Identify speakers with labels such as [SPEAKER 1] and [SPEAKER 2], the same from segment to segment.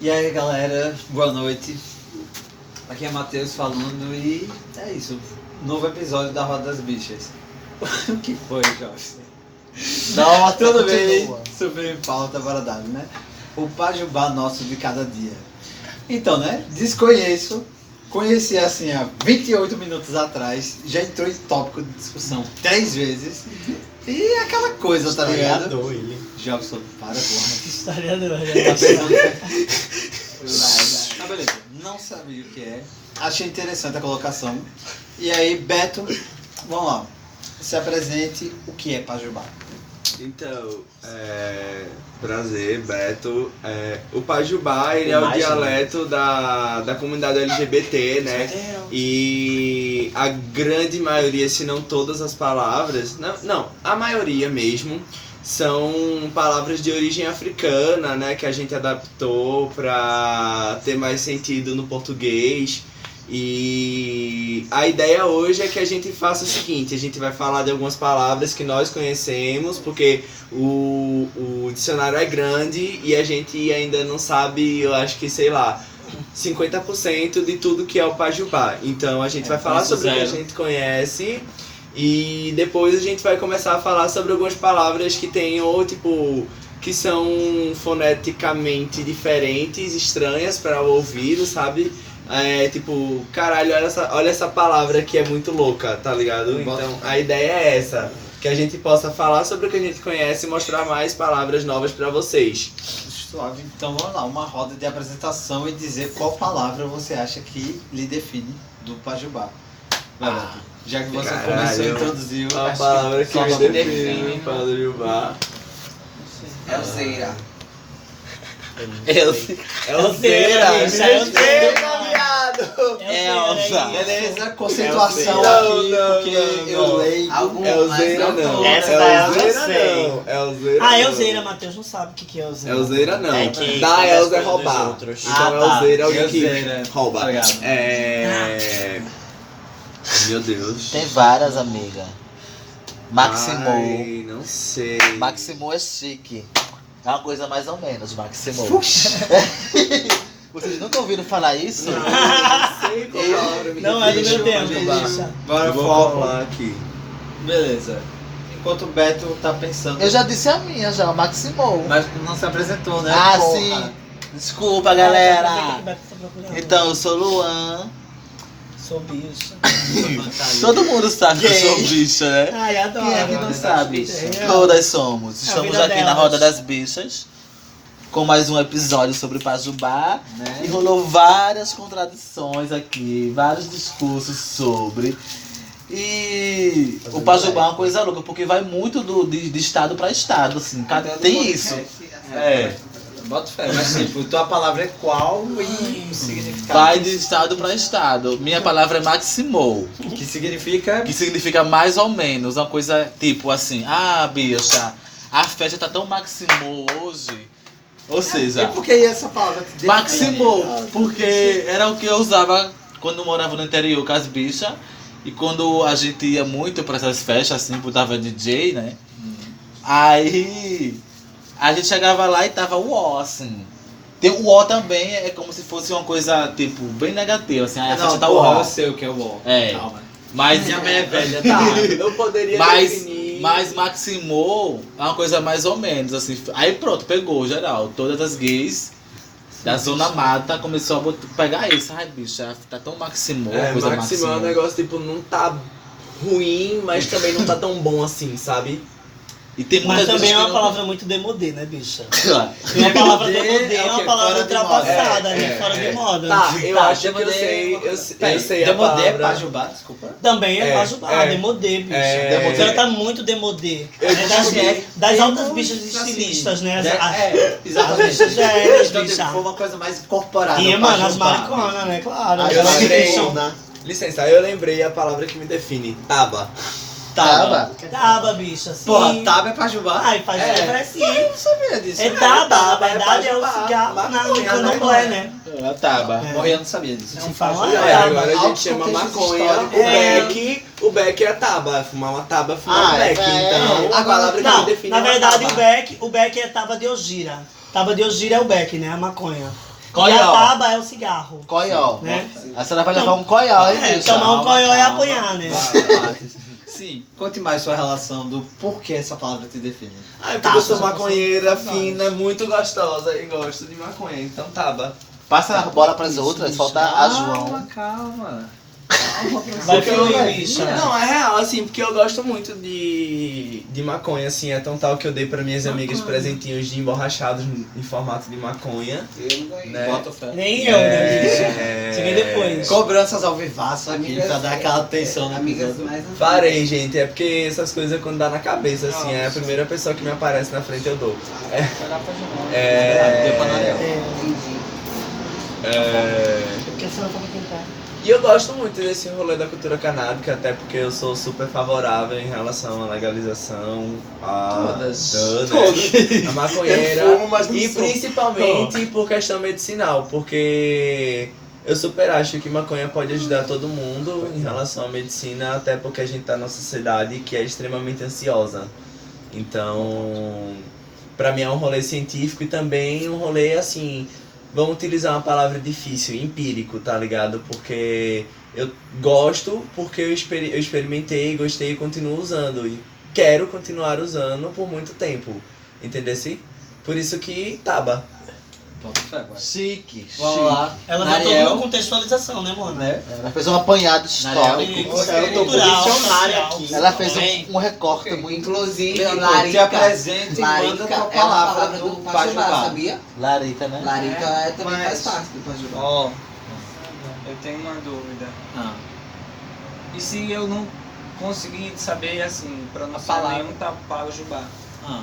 [SPEAKER 1] E aí galera, boa noite. Aqui é Matheus falando e é isso. Novo episódio da Roda das Bichas. o que foi, Jorge? Não,
[SPEAKER 2] Tá
[SPEAKER 1] tudo bem.
[SPEAKER 2] Continua.
[SPEAKER 1] Sobre pauta para dar, né? O pajubá nosso de cada dia. Então, né? Desconheço. Conheci assim há 28 minutos atrás. Já entrou em tópico de discussão 10 vezes. E é aquela coisa, tá ligado?
[SPEAKER 3] Historiador, ele.
[SPEAKER 1] Jobson, para, porra.
[SPEAKER 2] Historiador,
[SPEAKER 1] Tá
[SPEAKER 2] né?
[SPEAKER 1] beleza. Ah, beleza. Não sabia o que é. Achei interessante a colocação. E aí, Beto, vamos lá. Se apresente o que é Pajubá.
[SPEAKER 3] Então, é, prazer, Beto. É, o Pajubá, ele é o
[SPEAKER 1] Imagem.
[SPEAKER 3] dialeto da, da comunidade LGBT, né? E a grande maioria, se não todas as palavras, não, não, a maioria mesmo, são palavras de origem africana, né? Que a gente adaptou pra ter mais sentido no português. E a ideia hoje é que a gente faça o seguinte: a gente vai falar de algumas palavras que nós conhecemos, porque o, o dicionário é grande e a gente ainda não sabe, eu acho que sei lá, 50% de tudo que é o Pajubá. Então a gente
[SPEAKER 1] É,
[SPEAKER 3] vai falar
[SPEAKER 1] passo
[SPEAKER 3] sobre o que a
[SPEAKER 1] zero.
[SPEAKER 3] gente conhece e depois a gente vai começar a falar sobre algumas palavras que tem ou tipo que são foneticamente diferentes, estranhas para o ouvido, sabe? É tipo, caralho, olha essa, olha essa palavra que é muito louca, tá ligado?
[SPEAKER 1] Bota
[SPEAKER 3] Então a ideia é essa. Que a gente possa falar sobre o que a gente conhece e mostrar mais palavras novas pra vocês.
[SPEAKER 1] Suave. Então vamos lá, uma roda de apresentação e dizer qual palavra você acha que lhe define do Pajubá. Vai,
[SPEAKER 3] Ah,
[SPEAKER 1] Beto. Já que você
[SPEAKER 3] caralho.
[SPEAKER 1] começou a introduzir
[SPEAKER 3] Uma palavra que
[SPEAKER 1] só
[SPEAKER 3] me
[SPEAKER 1] você
[SPEAKER 3] define, Padre Jubá.
[SPEAKER 4] Elzeira.
[SPEAKER 2] É
[SPEAKER 3] É Elzeira!
[SPEAKER 2] bicho, é
[SPEAKER 3] Elzeira, viado!
[SPEAKER 1] Elza.
[SPEAKER 2] Elza.
[SPEAKER 1] Beleza, conceituação
[SPEAKER 3] Elzeira.
[SPEAKER 1] aqui,
[SPEAKER 3] Ah. Não,
[SPEAKER 1] porque
[SPEAKER 3] não,
[SPEAKER 1] eu
[SPEAKER 3] não.
[SPEAKER 1] leio.
[SPEAKER 4] Algum
[SPEAKER 3] Elzeira
[SPEAKER 4] mas
[SPEAKER 3] É não.
[SPEAKER 4] todos.
[SPEAKER 2] Essa eu não
[SPEAKER 3] Elzeira
[SPEAKER 2] sei.
[SPEAKER 3] não. Elzeira
[SPEAKER 2] Ah,
[SPEAKER 3] não.
[SPEAKER 2] Elzeira, Matheus não sabe o que que é Elzeira.
[SPEAKER 3] Elzeira não.
[SPEAKER 2] É que
[SPEAKER 3] da
[SPEAKER 2] sabe as
[SPEAKER 3] Elza é
[SPEAKER 2] coisas dos
[SPEAKER 3] roubar.
[SPEAKER 2] outros.
[SPEAKER 3] Então
[SPEAKER 2] Ah, tá.
[SPEAKER 3] Elzeira é alguém
[SPEAKER 1] Elzeira.
[SPEAKER 3] que rouba.
[SPEAKER 1] Obrigado.
[SPEAKER 3] É. Meu Deus.
[SPEAKER 4] Tem várias, amiga. Maximou.
[SPEAKER 3] Ai, não sei.
[SPEAKER 4] Maximou é chique. É uma coisa mais ou menos, Maximou. Vocês nunca ouviram falar isso?
[SPEAKER 3] Não, não sei qual palavra me
[SPEAKER 2] Não é do
[SPEAKER 3] define,
[SPEAKER 2] meu tempo,
[SPEAKER 3] Pajubá.
[SPEAKER 2] bicha.
[SPEAKER 1] Bora
[SPEAKER 3] Vou
[SPEAKER 1] foco.
[SPEAKER 3] falar aqui.
[SPEAKER 1] Beleza. Enquanto o Beto tá pensando.
[SPEAKER 4] Eu já disse a minha, já, Maximou.
[SPEAKER 1] Mas não se apresentou, né?
[SPEAKER 4] Ah,
[SPEAKER 1] Porra.
[SPEAKER 4] sim. Desculpa, galera. Então, eu sou Luan.
[SPEAKER 2] Sou bicho.
[SPEAKER 4] Todo mundo sabe que eu sou
[SPEAKER 2] Gay.
[SPEAKER 4] bicha, né?
[SPEAKER 2] Ai, adoro.
[SPEAKER 4] Quem é que não sabe?
[SPEAKER 2] É.
[SPEAKER 4] Todas somos.
[SPEAKER 2] É a
[SPEAKER 4] Estamos
[SPEAKER 2] vida
[SPEAKER 4] aqui na
[SPEAKER 2] delas.
[SPEAKER 4] Roda das Bichas. Com mais um episódio sobre Pajubá. E
[SPEAKER 1] Né?
[SPEAKER 4] rolou várias contradições aqui, vários discursos sobre. E o Pajubá é uma coisa louca, porque vai muito do, de, de estado pra estado, assim. cada- tem isso.
[SPEAKER 1] É. Bota fé, mas tipo, tua palavra é qual e o significado.
[SPEAKER 4] Vai de estado pra estado. Minha palavra é maximou,
[SPEAKER 1] Que significa. é
[SPEAKER 4] que significa mais ou menos. Uma coisa tipo assim, ah, bicha, a festa tá tão maximou hoje. Ou seja,
[SPEAKER 1] E por que essa palavra te define?
[SPEAKER 4] Maximou, porque era o que eu usava quando eu morava no interior com as bichas. E quando a gente ia muito para essas festas, assim, botava DJ, né? Aí a gente chegava lá e tava uó, assim. Tem, o ó também é como se fosse uma coisa, tipo, bem negativa, assim. Aí a
[SPEAKER 1] Não,
[SPEAKER 4] festa tá
[SPEAKER 1] porra, eu
[SPEAKER 4] uó.
[SPEAKER 1] sei o que é o UOL.
[SPEAKER 4] É.
[SPEAKER 1] Calma.
[SPEAKER 4] Mas,
[SPEAKER 1] Minha mãe é velha, tá?
[SPEAKER 3] Eu poderia
[SPEAKER 4] mas,
[SPEAKER 3] definir.
[SPEAKER 4] mas maximou é uma coisa mais ou menos, assim. Aí pronto, pegou geral. Todas as gays da Zona Mata começou a bot- pegar isso. Ai, bicha, tá tão maximou,
[SPEAKER 3] É, Maximão
[SPEAKER 4] coisa
[SPEAKER 3] é um
[SPEAKER 4] maximou.
[SPEAKER 3] negócio, tipo, não tá ruim, mas também não tá tão bom assim, sabe?
[SPEAKER 4] E tem
[SPEAKER 2] Mas
[SPEAKER 4] muitas
[SPEAKER 2] também
[SPEAKER 4] bichas
[SPEAKER 2] é uma
[SPEAKER 4] que
[SPEAKER 2] palavra muito demodê, né, bicha?
[SPEAKER 4] não...
[SPEAKER 2] É uma palavra
[SPEAKER 1] Demodê é
[SPEAKER 2] demodê, é
[SPEAKER 1] o quê?
[SPEAKER 2] uma palavra
[SPEAKER 1] Fora de moda.
[SPEAKER 2] ultrapassada,
[SPEAKER 3] É,
[SPEAKER 2] né?
[SPEAKER 3] é,
[SPEAKER 2] Fora
[SPEAKER 3] é.
[SPEAKER 2] de moda.
[SPEAKER 3] Tá, eu
[SPEAKER 1] Tá,
[SPEAKER 3] acho que eu
[SPEAKER 1] demodé-
[SPEAKER 3] sei, eu, se- eu
[SPEAKER 1] Peraí,
[SPEAKER 3] sei a
[SPEAKER 1] demodé é
[SPEAKER 3] palavra.
[SPEAKER 1] pajubá, desculpa.
[SPEAKER 2] Também é,
[SPEAKER 3] É,
[SPEAKER 2] é
[SPEAKER 3] é.
[SPEAKER 2] demodé, bicho.
[SPEAKER 3] É.
[SPEAKER 2] Demodê. Ela tá muito demodê.
[SPEAKER 3] Eu
[SPEAKER 2] É das,
[SPEAKER 3] consigo-
[SPEAKER 2] das altas
[SPEAKER 1] Tem
[SPEAKER 2] bichas
[SPEAKER 1] muitos, assim,
[SPEAKER 2] estilistas, né? As-
[SPEAKER 1] né?
[SPEAKER 2] as-
[SPEAKER 1] É, exatamente.
[SPEAKER 2] As velhas,
[SPEAKER 1] Então, tipo,
[SPEAKER 2] bicha.
[SPEAKER 1] foi uma coisa mais incorporada.
[SPEAKER 2] E,
[SPEAKER 1] o
[SPEAKER 2] mano, as
[SPEAKER 1] pajubá. Ah,
[SPEAKER 2] mariconas, né? Claro.
[SPEAKER 3] As
[SPEAKER 2] As elas que
[SPEAKER 3] lembrei.
[SPEAKER 2] deixam-
[SPEAKER 3] Licença, eu lembrei a palavra que me define. Taba.
[SPEAKER 1] Taba.
[SPEAKER 2] Taba, bicha, assim.
[SPEAKER 1] Porra, taba é pajubá?
[SPEAKER 2] Ai, faz
[SPEAKER 3] É.
[SPEAKER 2] é. assim.
[SPEAKER 1] Eu não sabia disso.
[SPEAKER 2] É taba,
[SPEAKER 3] Taba,
[SPEAKER 2] na
[SPEAKER 3] é
[SPEAKER 2] verdade é o
[SPEAKER 3] pajubá.
[SPEAKER 2] cigarro na, no
[SPEAKER 3] Maconha,
[SPEAKER 2] candomblé,
[SPEAKER 3] né?
[SPEAKER 2] né?
[SPEAKER 4] A taba.
[SPEAKER 1] Bom, É. eu não sabia disso.
[SPEAKER 2] Não fala
[SPEAKER 3] É,
[SPEAKER 2] taba.
[SPEAKER 3] agora a gente
[SPEAKER 1] Altos
[SPEAKER 3] chama
[SPEAKER 1] contextos
[SPEAKER 3] maconha, o
[SPEAKER 1] históricos,
[SPEAKER 2] é.
[SPEAKER 3] beck, o beck é a taba, fumar uma taba, fumar
[SPEAKER 4] Ah,
[SPEAKER 3] um beck,
[SPEAKER 4] é.
[SPEAKER 3] então a
[SPEAKER 1] Agora,
[SPEAKER 3] palavra que me
[SPEAKER 2] Não,
[SPEAKER 3] define
[SPEAKER 2] na
[SPEAKER 3] é uma
[SPEAKER 2] verdade
[SPEAKER 3] taba.
[SPEAKER 2] o beck, o beck é taba de ogira. Taba de ogira é o beck, né? A maconha.
[SPEAKER 4] Coió.
[SPEAKER 2] E a baba é o cigarro.
[SPEAKER 5] Coió.
[SPEAKER 2] Né?
[SPEAKER 5] A senhora vai levar um coió, hein,
[SPEAKER 2] É,
[SPEAKER 5] bicha?
[SPEAKER 2] tomar um coió e
[SPEAKER 1] calma.
[SPEAKER 2] apanhar, né?
[SPEAKER 1] Sim, conte mais sua relação do porquê essa palavra te define.
[SPEAKER 3] Ah, porque
[SPEAKER 2] Taba.
[SPEAKER 3] eu sou maconheira, fina, muito gostosa e gosto de maconha, então taba.
[SPEAKER 5] Passa a bola pras outras, falta
[SPEAKER 3] Ah,
[SPEAKER 2] Ah,
[SPEAKER 5] a João.
[SPEAKER 1] Calma, Ah, calma.
[SPEAKER 2] Vai
[SPEAKER 3] Porque
[SPEAKER 2] fluir,
[SPEAKER 3] eu-
[SPEAKER 2] bicha.
[SPEAKER 3] Não, é real, assim, porque eu gosto muito de, de maconha, assim, é tão tal que eu dei pra minhas amigas presentinhos de emborrachados em formato de maconha. É.
[SPEAKER 6] Eu não ganhei.
[SPEAKER 3] Né?
[SPEAKER 1] Bota fé.
[SPEAKER 2] Nem eu, né, bicha? Você vem depois. né?
[SPEAKER 1] Cobranças ao vivaço aqui
[SPEAKER 6] Amigas-
[SPEAKER 1] pra dar aquela atenção
[SPEAKER 7] né,
[SPEAKER 3] é,
[SPEAKER 1] na
[SPEAKER 6] Amigas
[SPEAKER 1] vida.
[SPEAKER 6] mais antigas.
[SPEAKER 3] Parei, gente, é porque essas coisas quando dá na cabeça, assim, é a
[SPEAKER 6] Nossa.
[SPEAKER 3] primeira pessoa que me aparece na frente eu dou.
[SPEAKER 6] Ah, vai dar pra João.
[SPEAKER 3] É.
[SPEAKER 1] Deu pra Daniel.
[SPEAKER 6] Entendi.
[SPEAKER 3] É.
[SPEAKER 2] Porque a senhora tava tentar.
[SPEAKER 3] E eu gosto muito desse rolê da cultura canábica, até porque eu sou super favorável em relação à legalização, a
[SPEAKER 1] Todas.
[SPEAKER 3] Todas. a maconheira.
[SPEAKER 5] Eu fumo, mas não
[SPEAKER 3] e
[SPEAKER 5] sou.
[SPEAKER 3] principalmente por questão medicinal, porque eu super acho que maconha pode ajudar todo mundo em relação à medicina, até porque a gente tá numa sociedade que é extremamente ansiosa. Então, pra mim é um rolê científico e também um rolê assim, vamos utilizar uma palavra difícil, empírico, tá ligado? Porque eu gosto porque eu, experi- eu experimentei, gostei e continuo usando e quero continuar usando por muito tempo. Entendeu? Por isso que taba.
[SPEAKER 1] Bota fé, vai.
[SPEAKER 5] Chique,
[SPEAKER 1] Vamos
[SPEAKER 5] chique.
[SPEAKER 1] lá.
[SPEAKER 2] Ela deu
[SPEAKER 1] Nariel,
[SPEAKER 2] toda uma contextualização, né, mano?
[SPEAKER 1] né?
[SPEAKER 5] Ela fez um apanhado
[SPEAKER 1] Nariel,
[SPEAKER 5] histórico.
[SPEAKER 6] Eu tô com
[SPEAKER 2] Cultural,
[SPEAKER 6] dicionário
[SPEAKER 2] social.
[SPEAKER 6] aqui.
[SPEAKER 5] Ela fez
[SPEAKER 2] Bem.
[SPEAKER 5] um, um recorte muito.
[SPEAKER 6] Inclusive,
[SPEAKER 1] Leonardo, te
[SPEAKER 6] larica.
[SPEAKER 1] apresente e manda
[SPEAKER 6] Larica
[SPEAKER 1] tua
[SPEAKER 6] é uma
[SPEAKER 1] palavra
[SPEAKER 6] palavra
[SPEAKER 1] do
[SPEAKER 6] do Pajubá,
[SPEAKER 1] Pajubá.
[SPEAKER 6] sabia?
[SPEAKER 5] Larica, né?
[SPEAKER 6] Larica é, também
[SPEAKER 8] mas-
[SPEAKER 6] faz parte do Pajubá.
[SPEAKER 1] Ó,
[SPEAKER 8] Eu tenho uma dúvida.
[SPEAKER 1] ah,
[SPEAKER 8] E se eu não conseguir saber, assim, pronunciar
[SPEAKER 1] A palavra.
[SPEAKER 8] nenhum tapajubá?
[SPEAKER 1] ah.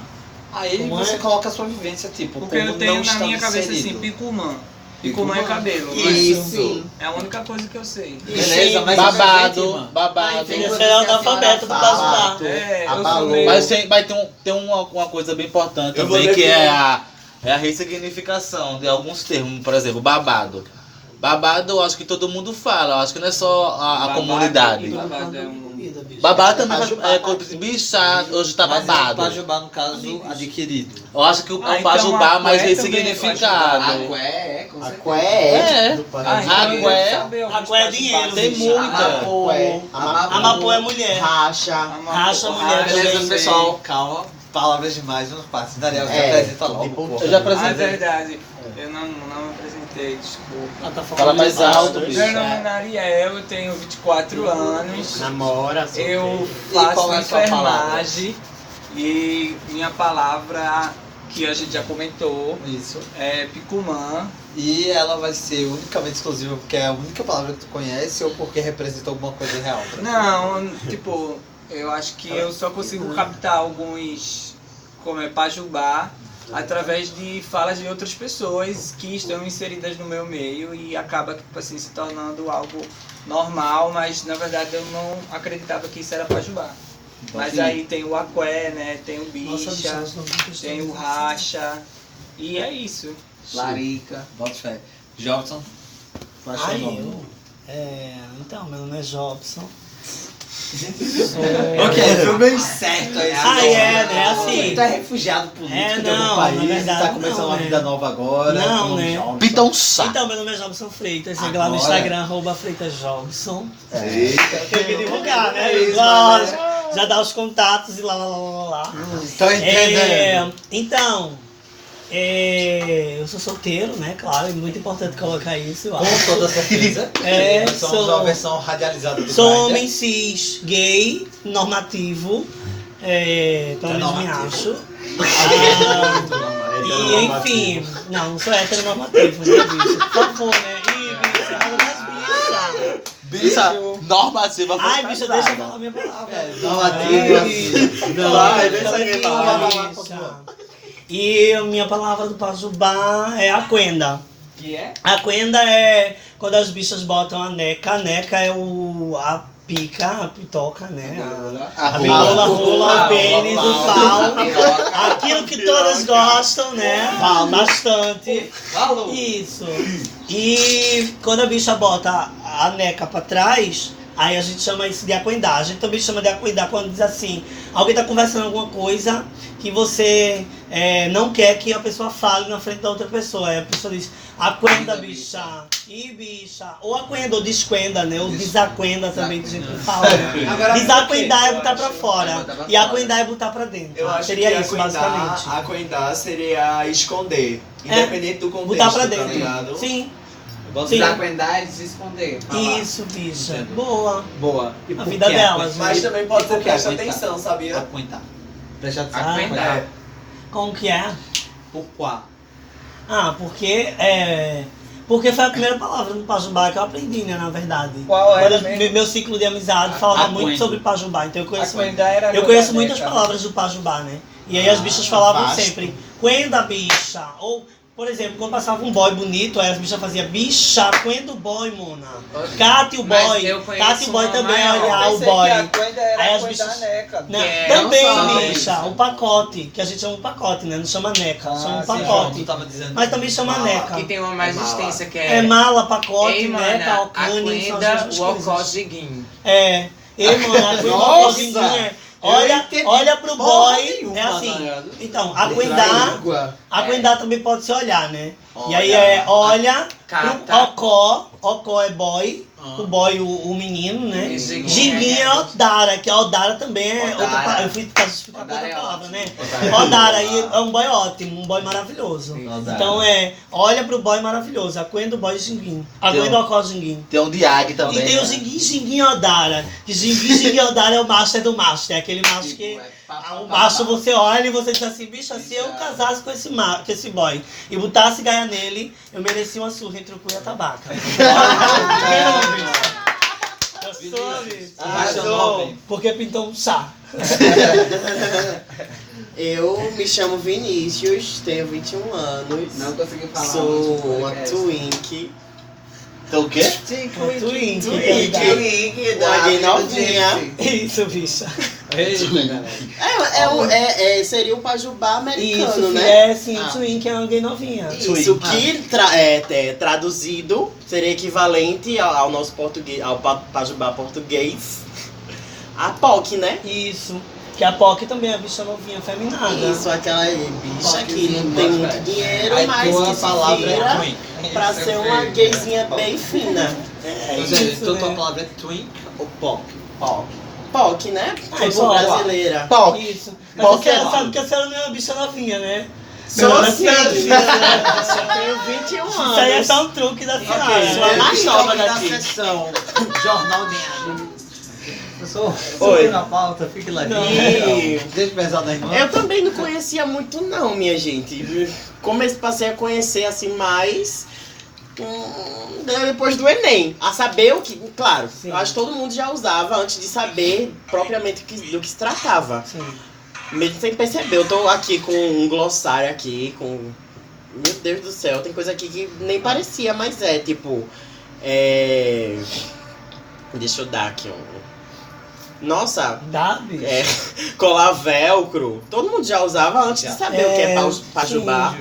[SPEAKER 1] Aí
[SPEAKER 2] Como
[SPEAKER 1] você
[SPEAKER 2] é?
[SPEAKER 1] coloca a sua vivência, tipo,
[SPEAKER 8] Porque
[SPEAKER 1] como
[SPEAKER 8] eu tenho
[SPEAKER 1] não
[SPEAKER 8] na
[SPEAKER 1] está
[SPEAKER 8] minha cabeça, assim,
[SPEAKER 1] inserido.
[SPEAKER 8] picumã.
[SPEAKER 1] Picumã.
[SPEAKER 8] Picumã é cabelo.
[SPEAKER 6] Isso.
[SPEAKER 8] É a única coisa que eu sei.
[SPEAKER 5] Beleza,
[SPEAKER 1] Sim,
[SPEAKER 5] mas
[SPEAKER 1] babado,
[SPEAKER 5] babado, babado.
[SPEAKER 6] Ai,
[SPEAKER 2] Ele é analfabeto do Pajubá.
[SPEAKER 8] É, eu
[SPEAKER 5] Abalou.
[SPEAKER 8] sou meio...
[SPEAKER 4] Mas tem, mas tem, um- tem uma, uma coisa bem importante
[SPEAKER 3] Eu
[SPEAKER 4] também,
[SPEAKER 3] vou
[SPEAKER 4] que
[SPEAKER 3] definir.
[SPEAKER 4] é a, é a ressignificação de alguns termos, por exemplo, babado. Babado eu acho que todo mundo fala, eu acho que não é só a, a
[SPEAKER 8] Babado
[SPEAKER 4] comunidade.
[SPEAKER 8] e babado é um...
[SPEAKER 4] Babado também faz-
[SPEAKER 5] Pajubá
[SPEAKER 4] é
[SPEAKER 5] tá
[SPEAKER 4] quando
[SPEAKER 5] aqui.
[SPEAKER 4] bicha, hoje tá
[SPEAKER 1] Mas é
[SPEAKER 4] babado.
[SPEAKER 1] Pajubá, no caso, adquirido.
[SPEAKER 4] Eu acho que o
[SPEAKER 8] Ah,
[SPEAKER 4] ah,
[SPEAKER 8] então
[SPEAKER 4] Pajubá
[SPEAKER 8] a
[SPEAKER 4] mais
[SPEAKER 8] cué também é
[SPEAKER 4] ressignificado.
[SPEAKER 6] Aqué, é, com
[SPEAKER 5] A
[SPEAKER 6] certeza.
[SPEAKER 5] cué é
[SPEAKER 4] É.
[SPEAKER 5] do
[SPEAKER 8] Ah,
[SPEAKER 5] Paraná.
[SPEAKER 8] então eu
[SPEAKER 4] Água é-
[SPEAKER 8] ia saber onde
[SPEAKER 2] água é
[SPEAKER 8] Pajubá
[SPEAKER 2] dinheiro,
[SPEAKER 4] Tem
[SPEAKER 2] bicha.
[SPEAKER 4] muita.
[SPEAKER 5] Cué.
[SPEAKER 6] Amapu.
[SPEAKER 2] Amapô é mulher.
[SPEAKER 5] Racha.
[SPEAKER 2] Racha,
[SPEAKER 8] Ah,
[SPEAKER 2] mulher,
[SPEAKER 8] beleza,
[SPEAKER 1] Beleza, pessoal, calma. Palavras demais, não passe. Daniel, se
[SPEAKER 5] É.
[SPEAKER 1] apresenta logo.
[SPEAKER 5] Tipo,
[SPEAKER 1] porra.
[SPEAKER 4] Eu já
[SPEAKER 8] Ah, é
[SPEAKER 4] apresentei.
[SPEAKER 8] verdade. Eu não, não me apresentei, desculpa.
[SPEAKER 6] é.
[SPEAKER 2] Ela tá falando
[SPEAKER 4] Fala mais
[SPEAKER 2] demais.
[SPEAKER 4] alto,
[SPEAKER 8] Meu
[SPEAKER 4] bicho.
[SPEAKER 8] nome é Nariel, eu tenho 24 anos.
[SPEAKER 5] Namora,
[SPEAKER 8] Eu
[SPEAKER 1] E qual
[SPEAKER 8] faço
[SPEAKER 1] é a sua
[SPEAKER 8] enfermagem e minha palavra que a gente já comentou
[SPEAKER 1] Isso.
[SPEAKER 8] é picumã.
[SPEAKER 1] E ela vai ser unicamente exclusiva porque é a única palavra que tu conhece ou porque representa alguma coisa real. pra ti?
[SPEAKER 8] Não, tipo, eu acho que eu só consigo captar alguns, como é, pajubá, através de falas de outras pessoas que estão inseridas no meu meio e acaba tipo assim, se tornando algo normal, mas na verdade eu não acreditava que isso era pajubá.
[SPEAKER 2] Então,
[SPEAKER 8] Mas aí tem o aqué, né, tem o
[SPEAKER 2] Nossa, bicha,
[SPEAKER 8] bicha,
[SPEAKER 2] elas não tão
[SPEAKER 8] tem o
[SPEAKER 2] contextualização.
[SPEAKER 8] racha, e é isso.
[SPEAKER 6] Larica.
[SPEAKER 1] Bota fé. Jobson, qual é o seu
[SPEAKER 2] Ai,
[SPEAKER 1] nome?
[SPEAKER 2] eu. É, então, meu nome é Jobson. É.
[SPEAKER 1] Ok, deu bem certo aí.
[SPEAKER 2] Ah,
[SPEAKER 1] esse
[SPEAKER 2] é,
[SPEAKER 1] nome.
[SPEAKER 2] né, assim.
[SPEAKER 6] Então
[SPEAKER 1] Ele tá refugiado político
[SPEAKER 2] É,
[SPEAKER 1] de algum
[SPEAKER 2] não,
[SPEAKER 1] país,
[SPEAKER 2] na verdade,
[SPEAKER 1] tá começando
[SPEAKER 2] não,
[SPEAKER 1] uma
[SPEAKER 2] né.
[SPEAKER 1] vida nova agora.
[SPEAKER 2] Não,
[SPEAKER 1] com
[SPEAKER 2] né.
[SPEAKER 1] Jobson.
[SPEAKER 4] Pitão um saco.
[SPEAKER 2] Então, meu nome é Jobson Freitas, segue lá no
[SPEAKER 1] Agora.
[SPEAKER 2] Instagram, arroba Freitas Jobson.
[SPEAKER 3] Eita.
[SPEAKER 2] Tem que divulgar, né?
[SPEAKER 1] É isso,
[SPEAKER 2] Lógico. Já dá os contatos e lá, lá, lá, lá, lá.
[SPEAKER 1] Tô entendendo.
[SPEAKER 2] É, então, é, eu sou solteiro, né? Claro, é muito importante colocar isso, eu acho.
[SPEAKER 1] Com toda certeza. um
[SPEAKER 2] É,
[SPEAKER 1] Nós somos
[SPEAKER 2] sou-
[SPEAKER 1] uma versão radializada do
[SPEAKER 2] Sou um
[SPEAKER 1] Grindr.
[SPEAKER 2] homem cis, gay, normativo, é, pelo menos me
[SPEAKER 1] Normativo.
[SPEAKER 2] acho. Ah, e enfim, não, não sou heteronormativo, né, bicho? Por favor, né? Ih, bicho, fala das bichas.
[SPEAKER 4] Bicha normativa.
[SPEAKER 2] Ai, bicha, deixa eu
[SPEAKER 4] forçada.
[SPEAKER 2] falar minha palavra.
[SPEAKER 1] É, normativo. Não,
[SPEAKER 2] Ai,
[SPEAKER 1] deixa
[SPEAKER 2] bicha,
[SPEAKER 1] ele falar, vai lá,
[SPEAKER 2] bicha.
[SPEAKER 1] continua.
[SPEAKER 2] E a minha palavra do Pajubá é a quenda.
[SPEAKER 8] Que é?
[SPEAKER 2] A quenda é quando as bichas botam a neca. A neca é o, a pica, a pitoca, né?
[SPEAKER 1] Ah,
[SPEAKER 2] A,
[SPEAKER 5] A
[SPEAKER 2] a rola,
[SPEAKER 5] rola.
[SPEAKER 2] a rola,
[SPEAKER 1] Rola,
[SPEAKER 2] o pênis,
[SPEAKER 1] rola,
[SPEAKER 2] o pau. Aquilo que todas gostam, né? Bastante.
[SPEAKER 1] Falou.
[SPEAKER 2] Isso. E quando a bicha bota a neca pra trás, aí a gente chama isso de aquendar. A gente também chama de aquendar quando diz assim, alguém tá conversando alguma coisa que você é, não quer que a pessoa fale na frente da outra pessoa. Aí a pessoa diz, Aquenda, bicha. E bicha. Ou aquenda ou desquenda, né? Ou desaquenda também, que a gente fala.
[SPEAKER 6] Agora,
[SPEAKER 2] Desaquendar é botar pra
[SPEAKER 6] É
[SPEAKER 2] fora.
[SPEAKER 6] botar pra
[SPEAKER 2] E
[SPEAKER 6] fora.
[SPEAKER 2] aquendar é botar pra dentro.
[SPEAKER 3] Eu acho
[SPEAKER 2] Seria
[SPEAKER 3] que
[SPEAKER 2] isso,
[SPEAKER 3] aquendar-
[SPEAKER 2] basicamente.
[SPEAKER 3] aquendar seria esconder.
[SPEAKER 2] É.
[SPEAKER 3] Independente do contexto,
[SPEAKER 2] Botar pra
[SPEAKER 3] tá
[SPEAKER 2] dentro.
[SPEAKER 3] ligado?
[SPEAKER 2] Sim,
[SPEAKER 6] Vamos
[SPEAKER 2] Sim.
[SPEAKER 6] desacuendar e se esconder. falar.
[SPEAKER 2] isso, bicha. Boa.
[SPEAKER 1] Boa. E
[SPEAKER 2] A
[SPEAKER 1] por
[SPEAKER 2] vida
[SPEAKER 1] que
[SPEAKER 2] delas, né?
[SPEAKER 3] Mas também pode
[SPEAKER 1] E por
[SPEAKER 3] ser
[SPEAKER 1] que
[SPEAKER 3] presta
[SPEAKER 1] aguentar?
[SPEAKER 3] atenção, sabia?
[SPEAKER 1] Aguentar. Presta atenção.
[SPEAKER 2] Ah,
[SPEAKER 1] Aguentar.
[SPEAKER 2] como que é?
[SPEAKER 1] Por qual?
[SPEAKER 2] Ah, porque é. Porque foi a primeira palavra no Pajubá que eu aprendi, né, na verdade.
[SPEAKER 8] Qual era
[SPEAKER 2] Quando eu-
[SPEAKER 8] mesmo?
[SPEAKER 2] meu- Meu ciclo de amizade falava
[SPEAKER 5] Aguento.
[SPEAKER 2] muito sobre Pajubá, então eu conheço,
[SPEAKER 8] Aquenda era
[SPEAKER 2] eu conheço
[SPEAKER 8] meu então.
[SPEAKER 2] muitas
[SPEAKER 8] caneca.
[SPEAKER 2] palavras do Pajubá, né? E aí as bichas falavam
[SPEAKER 3] vasto.
[SPEAKER 2] sempre, quenda bicha. Ou, por exemplo, quando passava um boy bonito, aí as bichas faziam, bicha, quenda o boy, mona. Cate o
[SPEAKER 5] Mas
[SPEAKER 2] boy.
[SPEAKER 5] eu conheço
[SPEAKER 2] Cate o boy
[SPEAKER 5] uma
[SPEAKER 2] também,
[SPEAKER 5] maior.
[SPEAKER 2] olhar o
[SPEAKER 8] Pensei
[SPEAKER 2] boy.
[SPEAKER 8] que a coisa era
[SPEAKER 2] Aí as
[SPEAKER 8] coisa
[SPEAKER 2] bichas-
[SPEAKER 8] da neca.
[SPEAKER 2] Não,
[SPEAKER 5] É,
[SPEAKER 2] também,
[SPEAKER 5] não fala
[SPEAKER 2] bicha,
[SPEAKER 5] isso.
[SPEAKER 2] o pacote, que a gente chama pacote, né? Não chama neca,
[SPEAKER 8] Ah,
[SPEAKER 2] chama
[SPEAKER 8] sim,
[SPEAKER 2] pacote.
[SPEAKER 1] tava dizendo.
[SPEAKER 2] Mas também chama
[SPEAKER 3] Ah,
[SPEAKER 2] neca.
[SPEAKER 5] Que tem uma mais
[SPEAKER 3] Mala.
[SPEAKER 5] existência que é.
[SPEAKER 2] É mala, pacote,
[SPEAKER 5] Ei, mana,
[SPEAKER 2] neta, alcane, são as
[SPEAKER 5] aquenda,
[SPEAKER 2] mesmas
[SPEAKER 5] o alcote
[SPEAKER 2] coisas.
[SPEAKER 5] de guinho.
[SPEAKER 2] É. Ei, mano, aquenda,
[SPEAKER 1] Nossa!
[SPEAKER 2] alcozinho, é. Olha,
[SPEAKER 1] entendi
[SPEAKER 2] olha pro
[SPEAKER 1] porra
[SPEAKER 2] boy,
[SPEAKER 1] nenhuma,
[SPEAKER 2] é assim.
[SPEAKER 1] tá ligado?
[SPEAKER 2] Então, aquendar,
[SPEAKER 1] Língua.
[SPEAKER 2] aquendar também pode ser olhar, né? e aí é, olha, pro
[SPEAKER 5] Cata.
[SPEAKER 2] ocó, ocó é boy,
[SPEAKER 1] Ah.
[SPEAKER 2] o boy, o, o menino, né?
[SPEAKER 5] Isso, Giguinha.
[SPEAKER 2] Giguinha é odara, que odara também é outra
[SPEAKER 6] Odara.
[SPEAKER 2] palavra. Eu fui fazer explicar
[SPEAKER 6] Odara
[SPEAKER 2] outra
[SPEAKER 6] é
[SPEAKER 2] palavra,
[SPEAKER 6] ótimo.
[SPEAKER 2] né? Odara aí é um boy ótimo, um boy maravilhoso. Então é, olha pro boy maravilhoso, aguenta o boy ginguim, aguenta o ocó ginguim.
[SPEAKER 5] Tem um diag
[SPEAKER 2] E
[SPEAKER 5] também.
[SPEAKER 2] tem
[SPEAKER 4] né? é.
[SPEAKER 2] o ginguim ginguim odara, que ginguim ginguim odara é o macho, é do macho, é aquele macho que...
[SPEAKER 6] Tipo, é pá,
[SPEAKER 7] um
[SPEAKER 2] Ah,
[SPEAKER 6] pá,
[SPEAKER 2] O
[SPEAKER 6] pá,
[SPEAKER 2] macho
[SPEAKER 6] pá.
[SPEAKER 2] você olha e você diz assim, bicha, se eu
[SPEAKER 6] Exato.
[SPEAKER 2] casasse com esse, ma com esse boy e botasse gaia nele, eu merecia uma surra entre o cu e a tabaca. Eu sou, bicho.
[SPEAKER 1] Arrasou.
[SPEAKER 2] Porque pintou um chá.
[SPEAKER 7] Eu me chamo Vinícius, tenho 21 anos,
[SPEAKER 6] Não consegui falar.
[SPEAKER 7] sou
[SPEAKER 6] no
[SPEAKER 7] uma
[SPEAKER 8] é.
[SPEAKER 6] podcast.
[SPEAKER 7] twink.
[SPEAKER 5] Então o quê?
[SPEAKER 2] Uma twink.
[SPEAKER 7] Twink.
[SPEAKER 2] verdade.
[SPEAKER 7] Twink, da gay novinha.
[SPEAKER 2] Isso, bicha.
[SPEAKER 7] É, é, um- é, é, seria o pajubá americano,
[SPEAKER 2] Isso,
[SPEAKER 7] né?
[SPEAKER 2] é sim,
[SPEAKER 7] Ah.
[SPEAKER 2] twink é uma gay novinha.
[SPEAKER 7] Isso que tra- é, é, traduzido seria equivalente ao, ao nosso português, ao pa- pajubá português, a POC, né?
[SPEAKER 2] Isso. Que a POC também é uma bicha novinha, feminada.
[SPEAKER 7] Isso, aquela aí, bicha que não
[SPEAKER 6] Poquezinha,
[SPEAKER 7] tem
[SPEAKER 6] gosta.
[SPEAKER 7] muito dinheiro,
[SPEAKER 5] Aí
[SPEAKER 7] mas
[SPEAKER 5] tua
[SPEAKER 7] que se
[SPEAKER 5] palavra
[SPEAKER 7] vira
[SPEAKER 5] é
[SPEAKER 7] pra
[SPEAKER 6] Isso,
[SPEAKER 7] ser
[SPEAKER 6] eu
[SPEAKER 7] uma
[SPEAKER 6] sei.
[SPEAKER 7] gayzinha bem fina.
[SPEAKER 2] É
[SPEAKER 1] Ou seja,
[SPEAKER 2] isso,
[SPEAKER 1] então
[SPEAKER 2] né?
[SPEAKER 1] tua palavra é twink ou pop? Pop.
[SPEAKER 7] POC, né?
[SPEAKER 2] Ah,
[SPEAKER 7] Eu sou
[SPEAKER 2] POC.
[SPEAKER 7] brasileira.
[SPEAKER 2] Isso. Mas
[SPEAKER 7] Qual
[SPEAKER 2] a
[SPEAKER 7] que é
[SPEAKER 2] senhora
[SPEAKER 7] a-
[SPEAKER 2] sabe que a senhora não é uma bicha novinha, né?
[SPEAKER 7] Sou
[SPEAKER 2] Não, né?
[SPEAKER 7] sim,
[SPEAKER 2] senhora-
[SPEAKER 7] só Assim, tenho 21 anos.
[SPEAKER 2] Isso aí é só um truque da senhora.
[SPEAKER 7] sou
[SPEAKER 1] né?
[SPEAKER 7] a mais nova
[SPEAKER 1] da
[SPEAKER 7] daqui.
[SPEAKER 1] sessão. Jornal de Ana.
[SPEAKER 6] Eu sou.
[SPEAKER 7] Oi.
[SPEAKER 1] na pauta, fique lá.
[SPEAKER 2] Não.
[SPEAKER 1] Ih, Deixa pesar na irmã.
[SPEAKER 7] Eu também não conhecia muito não, minha gente. Comecei, passei a conhecer assim mais hum, depois do Enem. A saber o que, claro,
[SPEAKER 2] Sim.
[SPEAKER 7] eu acho que todo mundo já usava antes de saber propriamente o que- do que se tratava.
[SPEAKER 2] Sim.
[SPEAKER 7] Mesmo sem perceber, eu tô aqui com um glossário aqui, com. Meu Deus do céu, tem coisa aqui que nem parecia, mas é, tipo. É. Deixa eu dar aqui um. Nossa,
[SPEAKER 2] Dá, bicho?
[SPEAKER 7] É, colar velcro. Todo mundo já usava antes de saber o que é
[SPEAKER 2] É,
[SPEAKER 7] pau- pajubá.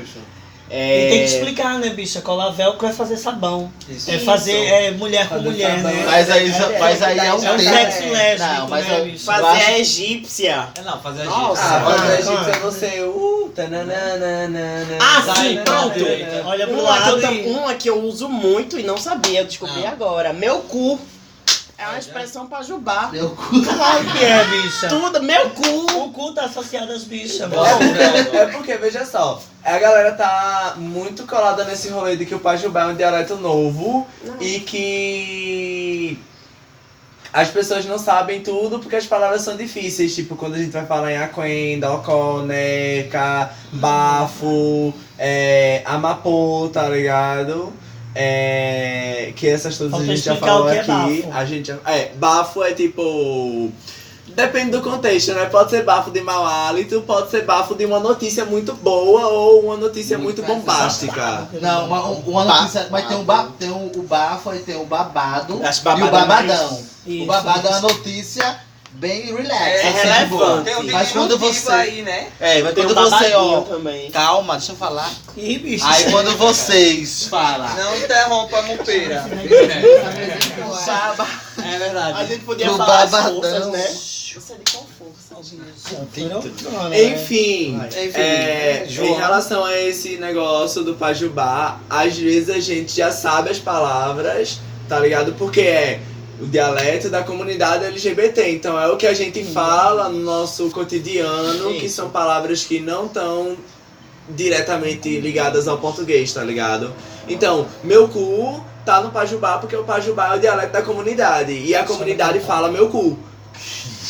[SPEAKER 7] É,
[SPEAKER 2] E tem que explicar, né, bicha? Colar velcro é fazer sabão.
[SPEAKER 1] Isso.
[SPEAKER 2] É fazer é, mulher com mulher, né?
[SPEAKER 5] Mas aí, mas aí é um
[SPEAKER 2] É
[SPEAKER 5] termo.
[SPEAKER 2] um sexo lésbico,
[SPEAKER 5] Não, mas
[SPEAKER 2] né,
[SPEAKER 5] eu-
[SPEAKER 2] bicho?
[SPEAKER 7] Fazer
[SPEAKER 5] Eu acho-
[SPEAKER 7] a egípcia.
[SPEAKER 1] É não, fazer a
[SPEAKER 7] Nossa.
[SPEAKER 1] gente.
[SPEAKER 6] Ah, mas
[SPEAKER 2] Ah,
[SPEAKER 6] a gente
[SPEAKER 2] ah.
[SPEAKER 6] é você. Uh, tananana.
[SPEAKER 7] Ah,
[SPEAKER 1] Sai,
[SPEAKER 7] sim,
[SPEAKER 1] né,
[SPEAKER 7] pronto.
[SPEAKER 1] direita.
[SPEAKER 2] Olha pro
[SPEAKER 7] Uma que, Um eu,
[SPEAKER 2] é lado
[SPEAKER 7] tam-
[SPEAKER 2] e... um
[SPEAKER 7] uma que eu uso muito e não sabia, eu descobri
[SPEAKER 1] Ah.
[SPEAKER 7] agora. Meu cu.
[SPEAKER 5] Ah,
[SPEAKER 7] É uma expressão pajubá.
[SPEAKER 5] Meu cu. tá-
[SPEAKER 2] Claro que é,
[SPEAKER 5] Então.
[SPEAKER 2] bicha.
[SPEAKER 7] Tudo, meu cu.
[SPEAKER 2] O cu tá associado às bichas,
[SPEAKER 6] Não,
[SPEAKER 2] mano.
[SPEAKER 6] não,
[SPEAKER 3] É porque, veja só, a galera tá muito colada nesse rolê de que o Pajubá é um dialeto novo e que as pessoas não sabem tudo porque as palavras são difíceis. Tipo, quando a gente vai falar em aquenda, oconeca, bafo, é, amapô, tá ligado? É, que essas todas
[SPEAKER 2] Falta
[SPEAKER 3] a gente já
[SPEAKER 2] explicar
[SPEAKER 3] falou
[SPEAKER 2] o que é
[SPEAKER 3] aqui.
[SPEAKER 2] bafo.
[SPEAKER 3] a gente já- é, bafo é tipo. Depende do contexto, né? Pode ser bafo de mau hálito, pode ser bafo de uma notícia muito boa ou uma notícia muito,
[SPEAKER 6] Muito
[SPEAKER 3] bombástica.
[SPEAKER 5] Não, uma, uma notícia, mas tem, um ba, tem um, o bafo e tem o babado
[SPEAKER 7] Acho
[SPEAKER 5] e o
[SPEAKER 7] babado
[SPEAKER 5] babadão.
[SPEAKER 2] Isso.
[SPEAKER 5] O babado é uma notícia bem relax.
[SPEAKER 7] É
[SPEAKER 5] assim, de boa.
[SPEAKER 7] relevante.
[SPEAKER 6] Tem um
[SPEAKER 5] Mas quando
[SPEAKER 6] diminutivo
[SPEAKER 5] você-
[SPEAKER 6] aí, né?
[SPEAKER 5] É, mas
[SPEAKER 7] Tem um
[SPEAKER 5] quando você,
[SPEAKER 7] babadinho
[SPEAKER 5] ó.
[SPEAKER 7] também.
[SPEAKER 5] Calma, deixa eu falar.
[SPEAKER 2] Ih, bicha.
[SPEAKER 5] Aí quando vocês falam.
[SPEAKER 6] Não interrompa a mupeira.
[SPEAKER 5] Baba.
[SPEAKER 7] A gente podia
[SPEAKER 5] Do
[SPEAKER 7] falar as
[SPEAKER 5] babadão.
[SPEAKER 7] né? forças, né? Força de qual força?
[SPEAKER 2] né?
[SPEAKER 3] Enfim,
[SPEAKER 2] Vai.
[SPEAKER 3] é,
[SPEAKER 1] João.
[SPEAKER 3] em relação a esse negócio do Pajubá, às vezes a gente já sabe as palavras, tá ligado? Porque é o dialeto da comunidade LGBT. Então é o que a gente fala no nosso cotidiano, que são palavras que não estão diretamente ligadas ao português, tá ligado? Então, meu cu tá no Pajubá porque o Pajubá é o dialeto da comunidade. E a comunidade fala meu cu.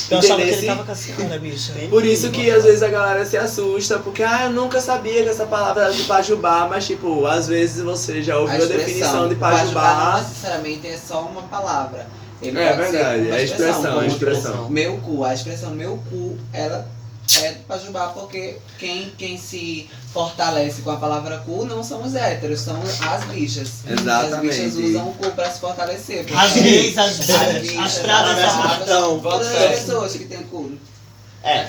[SPEAKER 2] Eu achava que
[SPEAKER 3] Entendesse?
[SPEAKER 2] ele tava com a senhora, bicho.
[SPEAKER 3] Por isso que às vezes a galera se assusta, porque ah, eu nunca sabia que essa palavra era de pajubá, mas tipo, às vezes você já ouviu a, definição de
[SPEAKER 6] Pajubá não
[SPEAKER 3] pajubá.
[SPEAKER 6] necessariamente é só uma palavra. Ele
[SPEAKER 3] É
[SPEAKER 6] pode ser
[SPEAKER 3] verdade,
[SPEAKER 6] uma
[SPEAKER 3] é a expressão, é a
[SPEAKER 6] como
[SPEAKER 3] expressão.
[SPEAKER 6] um Meu cu, a expressão meu cu, ela é do Pajubá porque quem, quem se fortalece com a palavra cu não são os héteros, são as bichas.
[SPEAKER 3] Exatamente.
[SPEAKER 6] As bichas usam o cu pra se fortalecer. porque
[SPEAKER 2] As gays, as
[SPEAKER 6] as
[SPEAKER 2] bichas,
[SPEAKER 6] bichas,
[SPEAKER 2] as travas.
[SPEAKER 7] Então,
[SPEAKER 6] Todas as pessoas que têm cu.
[SPEAKER 7] É.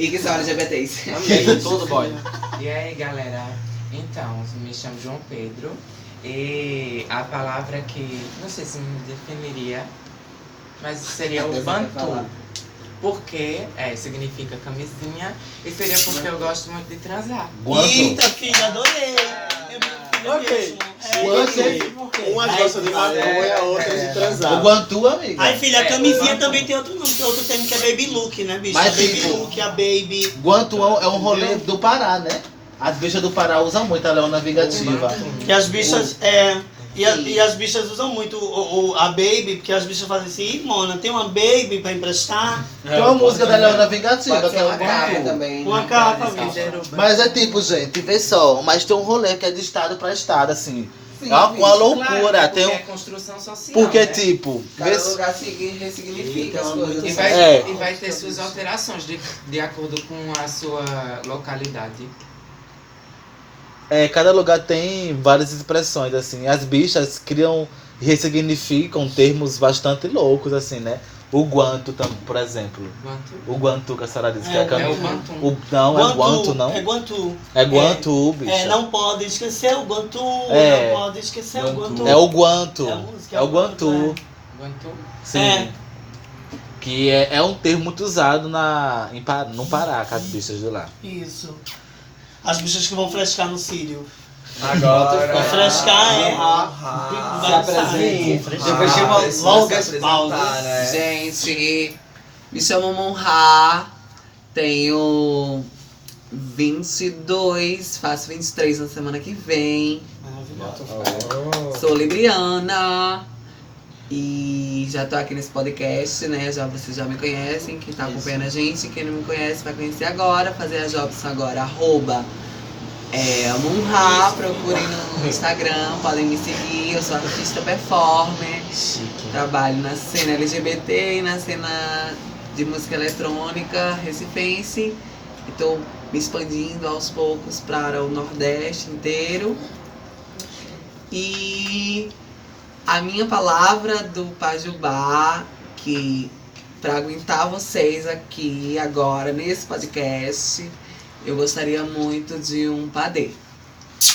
[SPEAKER 6] E que são LGBTs.
[SPEAKER 4] Amei, todo boy.
[SPEAKER 9] E aí, galera? Então, me chamo João Pedro e a palavra que não sei se me definiria, mas seria
[SPEAKER 6] Até
[SPEAKER 9] o
[SPEAKER 6] você
[SPEAKER 9] bantu.
[SPEAKER 6] falar.
[SPEAKER 9] Porque é, significa camisinha e seria porque eu gosto muito de transar.
[SPEAKER 2] Eita, filha, adorei. É Eu me-
[SPEAKER 1] Ok.
[SPEAKER 2] eu me-
[SPEAKER 1] Você-
[SPEAKER 7] Uma gosta de maconha, a outra de
[SPEAKER 5] O
[SPEAKER 7] transar.
[SPEAKER 5] Guantu, amiga.
[SPEAKER 2] Aí, filha, a
[SPEAKER 9] É,
[SPEAKER 2] camisinha
[SPEAKER 9] o-
[SPEAKER 2] também tem outro nome, tem outro termo que é baby look, né, bicho?
[SPEAKER 5] Mas,
[SPEAKER 2] baby
[SPEAKER 5] tipo,
[SPEAKER 2] look, a baby.
[SPEAKER 5] Guantu é um- é um rolê do Pará, né? As bichas do Pará usam muito a Leão Navigativa.
[SPEAKER 2] E as
[SPEAKER 5] Hum.
[SPEAKER 2] bichas, é. E, a- e as bichas usam muito o, o- a baby, porque as bichas fazem assim, "Ih, mona, tem uma baby pra emprestar.
[SPEAKER 5] Tem uma música da Leão Navigativa,
[SPEAKER 6] Pode
[SPEAKER 5] que
[SPEAKER 6] ser
[SPEAKER 5] é o
[SPEAKER 6] uma
[SPEAKER 5] Guantu.
[SPEAKER 6] capa também.
[SPEAKER 2] Uma
[SPEAKER 6] né?
[SPEAKER 2] capa,
[SPEAKER 6] Pode ser
[SPEAKER 2] bicho.
[SPEAKER 6] capa.
[SPEAKER 5] Mas Hum. é tipo, gente, vê só, mas tem um rolê que é de estado pra estado, assim. é uma, uma loucura.
[SPEAKER 9] Claro,
[SPEAKER 5] tem
[SPEAKER 9] porque
[SPEAKER 5] um-
[SPEAKER 9] é construção social.
[SPEAKER 5] porque,
[SPEAKER 9] né?
[SPEAKER 5] tipo, vê
[SPEAKER 6] Cada
[SPEAKER 5] se-
[SPEAKER 6] lugar segui-
[SPEAKER 7] Então,
[SPEAKER 6] ressignifica as
[SPEAKER 9] E
[SPEAKER 6] coisas.
[SPEAKER 9] vai,
[SPEAKER 5] É.
[SPEAKER 9] e vai ter suas alterações de, de acordo com a sua localidade.
[SPEAKER 5] é, cada lugar tem várias expressões, assim. As bichas criam e ressignificam termos bastante loucos, assim, né? O guanto, tam- por exemplo.
[SPEAKER 9] Bantu.
[SPEAKER 5] O guantu que a senhora disse que
[SPEAKER 2] É,
[SPEAKER 5] é
[SPEAKER 2] o
[SPEAKER 5] a
[SPEAKER 9] É
[SPEAKER 5] cam-
[SPEAKER 9] o bantu.
[SPEAKER 5] o Não, é guanto, não.
[SPEAKER 2] É guantu.
[SPEAKER 5] É guantu, bicho.
[SPEAKER 2] É, não pode esquecer o guantu.
[SPEAKER 5] É.
[SPEAKER 2] Não pode esquecer o guantu.
[SPEAKER 5] É o guanto.
[SPEAKER 2] É a música,
[SPEAKER 5] É o guantu.
[SPEAKER 9] Bantu.
[SPEAKER 5] Sim.
[SPEAKER 2] É.
[SPEAKER 5] Que é, é um termo muito usado na, em, Pa- no Pará, com as bichas de lá.
[SPEAKER 2] É. Isso. As bichas que vão frescar no cílio.
[SPEAKER 3] Agora.
[SPEAKER 2] Vão frescar, é.
[SPEAKER 3] Ah,
[SPEAKER 2] Vai
[SPEAKER 6] se
[SPEAKER 2] sair.
[SPEAKER 6] apresente.
[SPEAKER 2] Frescar.
[SPEAKER 6] Depois de uma
[SPEAKER 3] precisa
[SPEAKER 6] longa
[SPEAKER 3] se
[SPEAKER 6] pausa.
[SPEAKER 3] apresentar, né?
[SPEAKER 6] Gente, me chamo Monra, tenho 22, faço 23 na semana que vem, sou libriana e já tô aqui nesse podcast, né? Já, vocês já me conhecem, quem tá acompanhando a gente, quem não me conhece vai conhecer agora, fazer a Jobson agora, arroba. É, Monra, procurem no Instagram, podem me seguir, eu sou artista performer. Trabalho na cena LGBT e na cena de música eletrônica recifense. E tô me expandindo aos poucos para o Nordeste inteiro. E a minha palavra do Pajubá, que para aguentar vocês aqui agora nesse podcast, eu gostaria muito de um padê.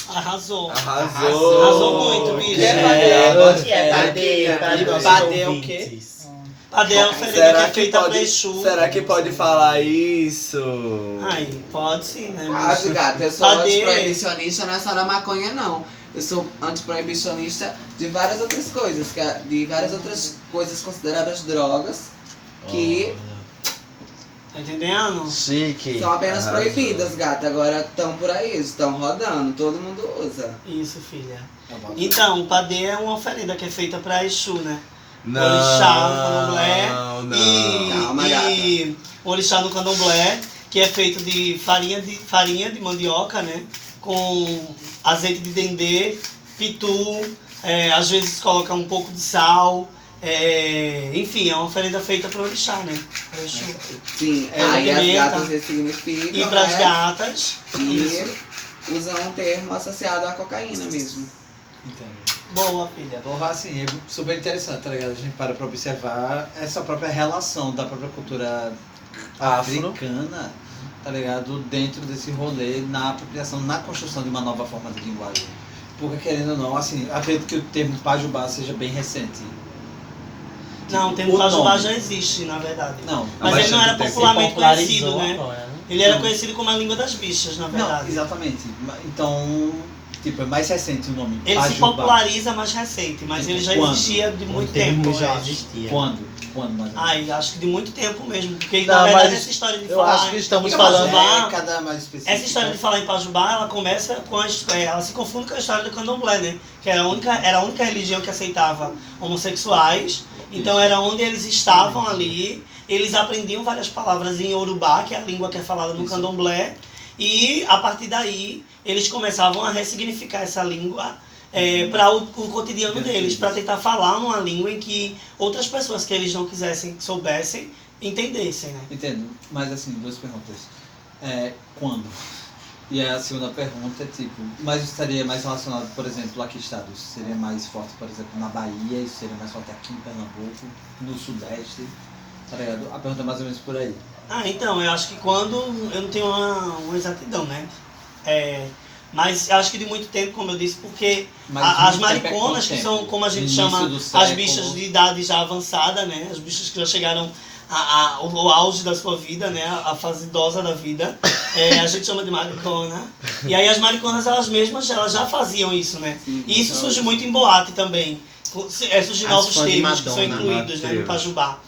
[SPEAKER 2] Arrasou.
[SPEAKER 3] Arrasou.
[SPEAKER 2] Arrasou muito, bicho.
[SPEAKER 3] Que
[SPEAKER 7] É,
[SPEAKER 3] é,
[SPEAKER 7] que é
[SPEAKER 3] é,
[SPEAKER 7] bater,
[SPEAKER 3] é,
[SPEAKER 7] bater,
[SPEAKER 3] bater
[SPEAKER 7] o quê?
[SPEAKER 2] Padê é oferenda que
[SPEAKER 3] Será
[SPEAKER 2] é
[SPEAKER 3] que,
[SPEAKER 2] feita pro
[SPEAKER 3] pode,
[SPEAKER 2] Exu.
[SPEAKER 3] será que pode falar isso?
[SPEAKER 2] Ai, pode sim, né?
[SPEAKER 6] Ah,
[SPEAKER 2] bicho?
[SPEAKER 6] gato, eu sou
[SPEAKER 2] Cadê?
[SPEAKER 6] antiproibicionista, não é só da maconha, não. Eu sou antiproibicionista de várias outras coisas, que é- de várias outras coisas consideradas drogas, que
[SPEAKER 2] Tá entendendo?
[SPEAKER 5] Chique.
[SPEAKER 6] são apenas
[SPEAKER 3] Ah,
[SPEAKER 6] proibidas, gata. Agora estão por aí, estão rodando, todo mundo usa.
[SPEAKER 2] Isso, filha. Então, o padê é uma oferenda que é feita pra Exu, né?
[SPEAKER 3] Não,
[SPEAKER 2] Orixá, candomblé
[SPEAKER 3] não,
[SPEAKER 2] E,
[SPEAKER 6] Calma,
[SPEAKER 2] e orixá no candomblé, que é feito de farinha de, farinha de mandioca, né? Com azeite de dendê, pitu, é, às vezes coloca um pouco de sal. é, enfim, é uma oferenda feita para orixá, né? Pra Exu.
[SPEAKER 6] Sim,
[SPEAKER 2] É,
[SPEAKER 6] aí as
[SPEAKER 2] pimenta.
[SPEAKER 6] gatas ressignificam.
[SPEAKER 2] E pras
[SPEAKER 6] né?
[SPEAKER 2] gatas. Isso.
[SPEAKER 6] E usam um termo associado à cocaína mesmo.
[SPEAKER 2] Boa, filha.
[SPEAKER 1] Porra, assim, é super interessante, tá ligado? A gente para pra observar essa própria relação da própria cultura
[SPEAKER 5] Afro.
[SPEAKER 1] africana, tá ligado? Dentro desse rolê, na apropriação, na construção de uma nova forma de linguagem. Porque, querendo ou não, assim, acredito que o termo pajubá seja bem recente.
[SPEAKER 2] Não, tem
[SPEAKER 1] o
[SPEAKER 2] Pajubá
[SPEAKER 1] nome.
[SPEAKER 2] já existe, na verdade.
[SPEAKER 1] Não,
[SPEAKER 2] Mas,
[SPEAKER 3] Mas
[SPEAKER 2] ele não era
[SPEAKER 3] tem-
[SPEAKER 2] popularmente
[SPEAKER 9] popularizou
[SPEAKER 2] conhecido, né?
[SPEAKER 9] agora, né?
[SPEAKER 2] Ele era conhecido como a língua das bichas, na
[SPEAKER 1] não,
[SPEAKER 2] verdade.
[SPEAKER 1] exatamente. Ma- Então, tipo, é mais recente o nome.
[SPEAKER 2] ele se
[SPEAKER 1] Pajubá.
[SPEAKER 2] populariza mais recente, mas ele já
[SPEAKER 1] Quando?
[SPEAKER 2] existia
[SPEAKER 5] Um
[SPEAKER 2] de muito
[SPEAKER 7] O
[SPEAKER 2] tempo,
[SPEAKER 7] termo
[SPEAKER 2] eu
[SPEAKER 7] já
[SPEAKER 2] acho.
[SPEAKER 7] existia.
[SPEAKER 1] Quando? Quando, mais ou menos?
[SPEAKER 2] Ai, acho que de muito tempo mesmo. Porque,
[SPEAKER 5] Não,
[SPEAKER 2] na verdade,
[SPEAKER 5] mas
[SPEAKER 2] essa história de
[SPEAKER 5] eu
[SPEAKER 2] falar.
[SPEAKER 5] acho que estamos
[SPEAKER 2] em
[SPEAKER 5] falando-
[SPEAKER 2] Pajubá-
[SPEAKER 1] cada mais específica.
[SPEAKER 2] Essa história de falar em Pajubá, ela começa com a, his- é, ela se confunde com a história do Candomblé, né? Que era a única, era a única religião que aceitava homossexuais. Então era onde eles estavam ali. Eles aprendiam várias palavras em Urubá, que é a língua que é falada no Candomblé. E a partir daí eles começavam a ressignificar essa língua para o, o cotidiano deles, para tentar falar uma língua em que outras pessoas que eles não quisessem, que soubessem, entendessem, né?
[SPEAKER 1] Entendo, mas assim, duas perguntas. É, quando? E a segunda pergunta é tipo, mas isso estaria mais relacionado, por exemplo, a que estado? Isso seria mais forte, por exemplo, na Bahia, isso seria mais forte aqui em Pernambuco, no Sudeste, tá ligado? A pergunta é mais ou menos por aí.
[SPEAKER 2] Ah, então, eu acho que quando. Eu não tenho uma, uma exatidão, né? É, mas eu acho que de muito tempo, como eu disse, porque
[SPEAKER 1] Mas
[SPEAKER 2] a- as
[SPEAKER 1] muito tempo é quanto
[SPEAKER 2] mariconas, que são,
[SPEAKER 1] tempo?
[SPEAKER 2] como a gente
[SPEAKER 1] Início
[SPEAKER 2] chama,
[SPEAKER 1] do
[SPEAKER 2] as
[SPEAKER 1] século?
[SPEAKER 2] bichas de idade já avançada, né? As bichas que já chegaram a- a- ao ao auge da sua vida, né? A a fase idosa da vida. É, a gente chama de maricona. E aí as mariconas, elas mesmas, elas já faziam isso, né? E isso surge muito em boate também. Co- se- É, surgem
[SPEAKER 7] As
[SPEAKER 2] novos
[SPEAKER 7] fãs de
[SPEAKER 2] termos que são
[SPEAKER 7] Madonna,
[SPEAKER 2] incluídos né, no
[SPEAKER 3] Mateus.
[SPEAKER 2] Pajubá.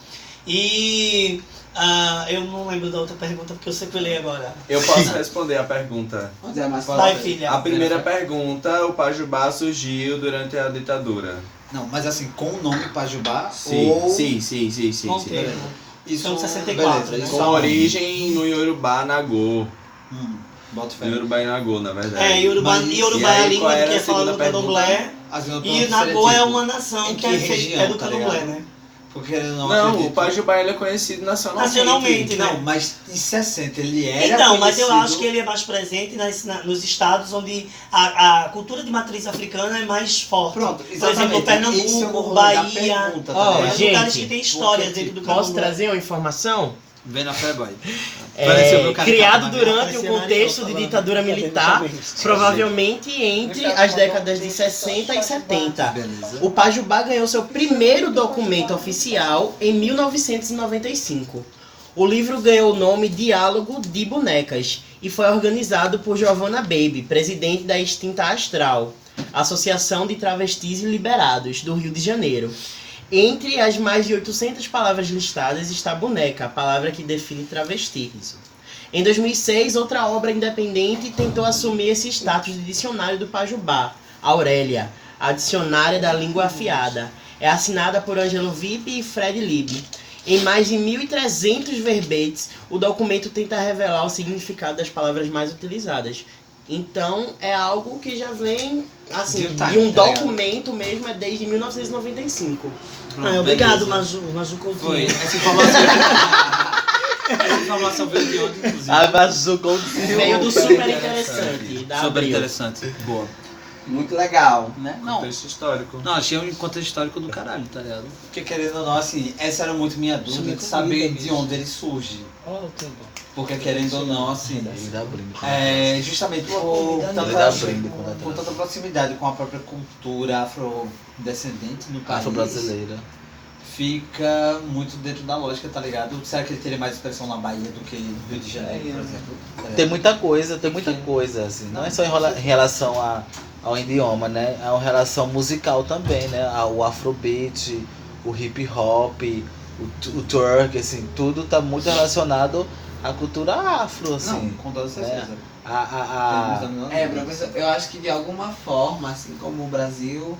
[SPEAKER 2] E ah, eu não lembro da outra pergunta porque eu sequelei agora.
[SPEAKER 3] Eu posso responder a pergunta.
[SPEAKER 6] Onde é mais
[SPEAKER 2] Vai,
[SPEAKER 6] fácil?
[SPEAKER 2] filha.
[SPEAKER 3] A primeira pergunta, o Pajubá surgiu durante a ditadura.
[SPEAKER 1] Não, mas assim, com o nome Pajubá
[SPEAKER 3] Sim,
[SPEAKER 1] ou...
[SPEAKER 3] sim, sim, sim, sim.
[SPEAKER 2] Bom
[SPEAKER 3] sim.
[SPEAKER 2] termo.
[SPEAKER 1] Isso é
[SPEAKER 2] São 64, né?
[SPEAKER 3] Com origem no Yorubá Nagô.
[SPEAKER 1] Hum, bota fé.
[SPEAKER 3] É. Yorubá e Nagô, na verdade.
[SPEAKER 2] É, Yorubá,
[SPEAKER 1] Mas-
[SPEAKER 2] Yorubá
[SPEAKER 3] e
[SPEAKER 2] é a
[SPEAKER 3] aí,
[SPEAKER 2] língua
[SPEAKER 3] qual
[SPEAKER 2] que
[SPEAKER 3] era
[SPEAKER 2] é
[SPEAKER 3] a
[SPEAKER 2] falada
[SPEAKER 3] segunda
[SPEAKER 2] no
[SPEAKER 3] pergunta?
[SPEAKER 2] candomblé.
[SPEAKER 1] A segunda
[SPEAKER 2] E
[SPEAKER 1] pergunta seria,
[SPEAKER 2] Nagô é
[SPEAKER 1] tipo,
[SPEAKER 2] uma nação
[SPEAKER 1] em
[SPEAKER 2] que,
[SPEAKER 1] que
[SPEAKER 2] é, feita, é
[SPEAKER 1] região,
[SPEAKER 2] do
[SPEAKER 1] tá
[SPEAKER 2] candomblé,
[SPEAKER 1] ligado?
[SPEAKER 2] né?
[SPEAKER 1] Porque ele não
[SPEAKER 3] Não,
[SPEAKER 1] acredito.
[SPEAKER 3] o Pajubá ele é conhecido nacionalmente.
[SPEAKER 2] Nacionalmente, né?
[SPEAKER 1] Não, mas em 60 ele era
[SPEAKER 2] Então, mas eu
[SPEAKER 1] conhecido-
[SPEAKER 2] acho que ele é mais presente nas- na- nos estados onde a, a cultura de matriz africana é mais forte.
[SPEAKER 1] Pronto,
[SPEAKER 2] Por exemplo,
[SPEAKER 1] exatamente. Esse é o
[SPEAKER 2] Pernambuco,
[SPEAKER 1] nome da
[SPEAKER 2] Bahia,
[SPEAKER 1] pergunta,
[SPEAKER 7] Ó,
[SPEAKER 1] tá
[SPEAKER 2] é,
[SPEAKER 1] ligado?
[SPEAKER 7] gente,
[SPEAKER 2] lugares que tem história
[SPEAKER 1] porque, tipo,
[SPEAKER 2] dentro do
[SPEAKER 7] Posso
[SPEAKER 2] candomblé.
[SPEAKER 7] trazer uma informação?
[SPEAKER 1] Vem na fé, boy.
[SPEAKER 7] É,
[SPEAKER 1] Pareceu meu cara
[SPEAKER 7] criado
[SPEAKER 1] que tava
[SPEAKER 7] durante o
[SPEAKER 2] Parecia
[SPEAKER 7] contexto de
[SPEAKER 2] Maria
[SPEAKER 7] ditadura militar, provavelmente entre as décadas de 60 e 70.
[SPEAKER 1] Beleza.
[SPEAKER 7] O Pajubá ganhou seu primeiro documento oficial em 1995. O livro ganhou o nome Diálogo de Bonecas e foi organizado por Giovanna Baby, presidente da extinta Astral, Associação de Travestis e Liberados do Rio de Janeiro. Entre as mais de 800 palavras listadas está boneca, a palavra que define travesti. Em 2006, outra obra independente tentou assumir esse status de dicionário do Pajubá, Aurélia, a dicionária da língua afiada. É assinada por Ângelo Vipe e Fred Lieb. Em mais de 1.300 verbetes, o documento tenta revelar o significado das palavras mais utilizadas. Então, é algo que já vem, assim,
[SPEAKER 1] De um time,
[SPEAKER 7] de um
[SPEAKER 1] tá ligado?
[SPEAKER 7] documento mesmo, é desde 1995.
[SPEAKER 2] Ah,
[SPEAKER 1] Beleza.
[SPEAKER 2] obrigado, Maju, Maju Coutinho.
[SPEAKER 1] Foi. Essa informação. Essa informação veio de onde, inclusive?
[SPEAKER 5] Abasucou
[SPEAKER 7] Veio do super interessante, da
[SPEAKER 1] Super
[SPEAKER 7] Abril.
[SPEAKER 1] interessante. Boa.
[SPEAKER 6] Muito legal.
[SPEAKER 1] Né? Não,
[SPEAKER 3] Contexto histórico.
[SPEAKER 1] não, achei um contexto histórico do caralho, tá ligado? Porque querendo ou não, assim, essa era muito
[SPEAKER 2] é
[SPEAKER 1] minha dúvida de saber de onde ele surge. Porque
[SPEAKER 2] é
[SPEAKER 1] querendo ou não, assim, é, justamente por tanta, por tanta proximidade com a própria cultura afrodescendente no país.
[SPEAKER 5] Afro-brasileira.
[SPEAKER 1] fica muito dentro da lógica, tá ligado? Será que ele teria mais expressão na Bahia do que no Rio de Janeiro, por exemplo?
[SPEAKER 5] Tem muita coisa, tem muita coisa, assim. Não é só em rola- em relação a, ao idioma, né? É uma relação musical também, né? A- O afrobeat, o hip hop, o, tu- o twerk, assim, tudo tá muito relacionado à cultura afro, assim.
[SPEAKER 1] Não, com toda certeza.
[SPEAKER 5] A,
[SPEAKER 1] Ah,
[SPEAKER 5] a, a...
[SPEAKER 1] Tem
[SPEAKER 6] É, professor, eu acho que de alguma forma, assim como o Brasil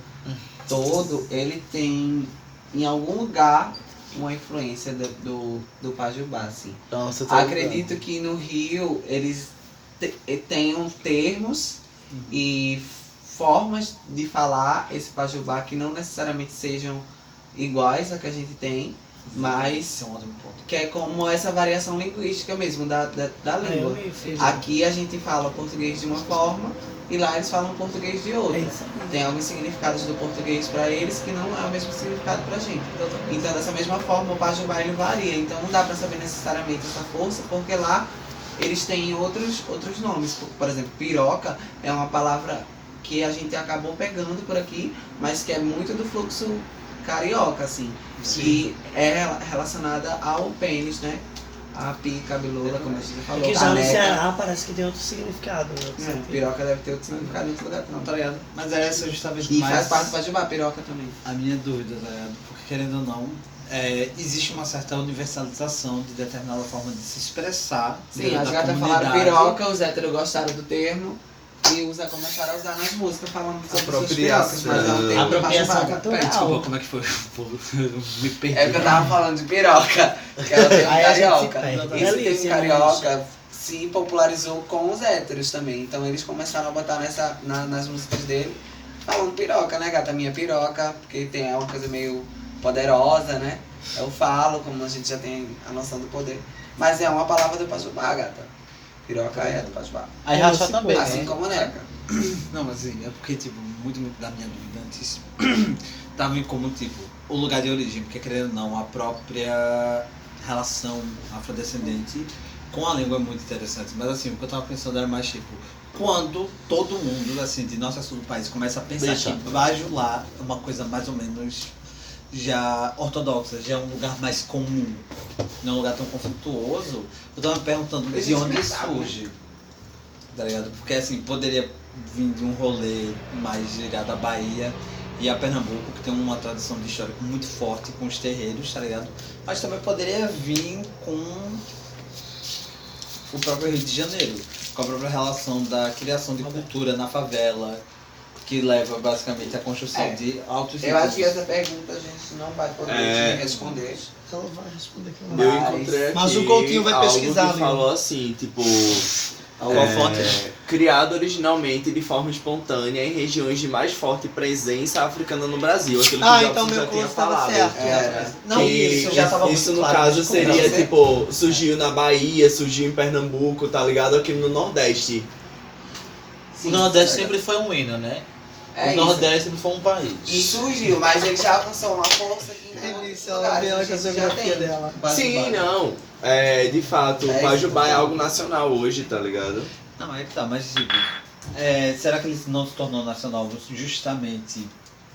[SPEAKER 6] todo, ele tem em algum lugar uma influência do, do, do Pajubá, assim.
[SPEAKER 5] Então, você tá
[SPEAKER 6] Acredito que no Rio eles te- tenham termos e formas de falar esse Pajubá que não necessariamente sejam iguais a que a gente tem, mas
[SPEAKER 1] Esse é um outro ponto.
[SPEAKER 6] que é como essa variação linguística mesmo da, da, da
[SPEAKER 2] Ah, eu
[SPEAKER 6] língua.
[SPEAKER 2] me fiz.
[SPEAKER 6] Aqui a gente fala português de uma forma e lá eles falam português de outra. Tem alguns significados do português para eles que não é o mesmo significado para gente. Então, dessa mesma forma, o pajubá ele varia. Então, não dá para saber necessariamente essa força, porque lá eles têm outros, outros nomes. Por, por exemplo, piroca é uma palavra que a gente acabou pegando por aqui, mas que é muito do fluxo carioca, assim. Que é rela- relacionada ao pênis, né? A pica, a bilola, como a gente falou.
[SPEAKER 2] Que já no
[SPEAKER 6] caneca.
[SPEAKER 2] Ceará parece que tem outro significado. Né?
[SPEAKER 6] É, piroca deve ter outro significado em outro lugar, não.
[SPEAKER 1] Tá ligado? Mas era essa justamente
[SPEAKER 6] E
[SPEAKER 1] mais
[SPEAKER 6] faz parte pra Jubá, piroca também.
[SPEAKER 1] a minha dúvida, tá ligado? Porque querendo ou não, é, existe uma certa universalização de determinada forma de se expressar.
[SPEAKER 6] Sim,
[SPEAKER 1] dentro
[SPEAKER 6] as
[SPEAKER 1] da
[SPEAKER 6] gatas
[SPEAKER 1] comunidade.
[SPEAKER 6] falaram piroca, os héteros gostaram do termo. E usa, começaram a usar nas músicas falando sobre suas pirocas, mas é um termo
[SPEAKER 2] Apropriação
[SPEAKER 6] pra Jubá.
[SPEAKER 2] cultural.
[SPEAKER 1] Desculpa, como é que foi? Eu Me perdi.
[SPEAKER 6] É porque eu tava falando de piroca, que ela tem um
[SPEAKER 2] Aí a gente
[SPEAKER 6] carioca.
[SPEAKER 2] perde. né?
[SPEAKER 6] Esse termo
[SPEAKER 2] Belíssimo,
[SPEAKER 6] carioca se popularizou com os héteros também. Então eles começaram a botar nessa, na- nas músicas dele, falando piroca, né, gata? Minha piroca, porque tem é uma coisa meio poderosa, né? Eu falo, como a gente já tem a noção do poder. Mas é uma palavra do Pajubá, gata. Piroca é do Pajubá.
[SPEAKER 5] Aí racha também.
[SPEAKER 6] Assim
[SPEAKER 5] né?
[SPEAKER 6] como neca.
[SPEAKER 1] Não, mas assim, é porque, tipo, muito, muito da minha dúvida antes tava em como, tipo, o lugar de origem, porque querendo ou não, a própria relação afrodescendente com a língua é muito interessante. Mas assim, o que eu tava pensando era mais tipo, quando todo mundo, assim, de norte a sul do país começa a pensar
[SPEAKER 5] Deixa.
[SPEAKER 1] que bajulá é uma coisa mais ou menos já ortodoxa, já é um lugar mais comum, não é um lugar tão conflituoso, eu tava me perguntando de onde isso surge. Tá ligado? Porque assim, poderia vir de um rolê mais ligado à Bahia e a Pernambuco, que tem uma tradição de história muito forte com os terreiros, tá ligado? Mas também poderia vir com o próprio Rio de Janeiro, com a própria relação da criação de cultura na favela, que leva basicamente à construção
[SPEAKER 6] É.
[SPEAKER 1] de altos
[SPEAKER 6] Eu acho que essa pergunta a gente não vai poder
[SPEAKER 3] É.
[SPEAKER 6] te responder.
[SPEAKER 2] Ela vai responder que
[SPEAKER 3] Eu encontrei aqui
[SPEAKER 2] Mas o Coutinho vai
[SPEAKER 3] algo
[SPEAKER 2] pesquisar,
[SPEAKER 3] que
[SPEAKER 2] viu?
[SPEAKER 3] falou assim, tipo...
[SPEAKER 1] Alguma
[SPEAKER 3] é, Criado originalmente de forma espontânea em regiões de mais forte presença africana no Brasil. Aquilo que
[SPEAKER 2] Ah,
[SPEAKER 3] o
[SPEAKER 2] então
[SPEAKER 3] Jobson
[SPEAKER 2] meu
[SPEAKER 3] já tinha
[SPEAKER 2] curso tava
[SPEAKER 3] falado.
[SPEAKER 2] certo.
[SPEAKER 6] É.
[SPEAKER 1] Não, isso já tava
[SPEAKER 3] isso
[SPEAKER 1] muito
[SPEAKER 3] no
[SPEAKER 1] claro, né?
[SPEAKER 3] caso
[SPEAKER 1] mas como
[SPEAKER 3] seria
[SPEAKER 1] você-
[SPEAKER 3] tipo, surgiu na Bahia, surgiu em Pernambuco, tá ligado? Aqui no Nordeste.
[SPEAKER 5] O Nordeste sempre foi um hino, né?
[SPEAKER 6] É
[SPEAKER 5] o
[SPEAKER 6] isso.
[SPEAKER 5] Nordeste sempre foi um país.
[SPEAKER 6] E surgiu, mas ele já alcançou uma força que né,
[SPEAKER 2] Delícia, ela vê ela com a
[SPEAKER 6] a gente já
[SPEAKER 2] geografia
[SPEAKER 6] tem.
[SPEAKER 2] dela.
[SPEAKER 3] Sim, não. É, de fato,
[SPEAKER 6] É,
[SPEAKER 3] o Pajubá
[SPEAKER 6] isso.
[SPEAKER 3] é algo nacional hoje, tá ligado?
[SPEAKER 1] Não, é que tá, mas tipo, é, será que ele não se tornou nacional justamente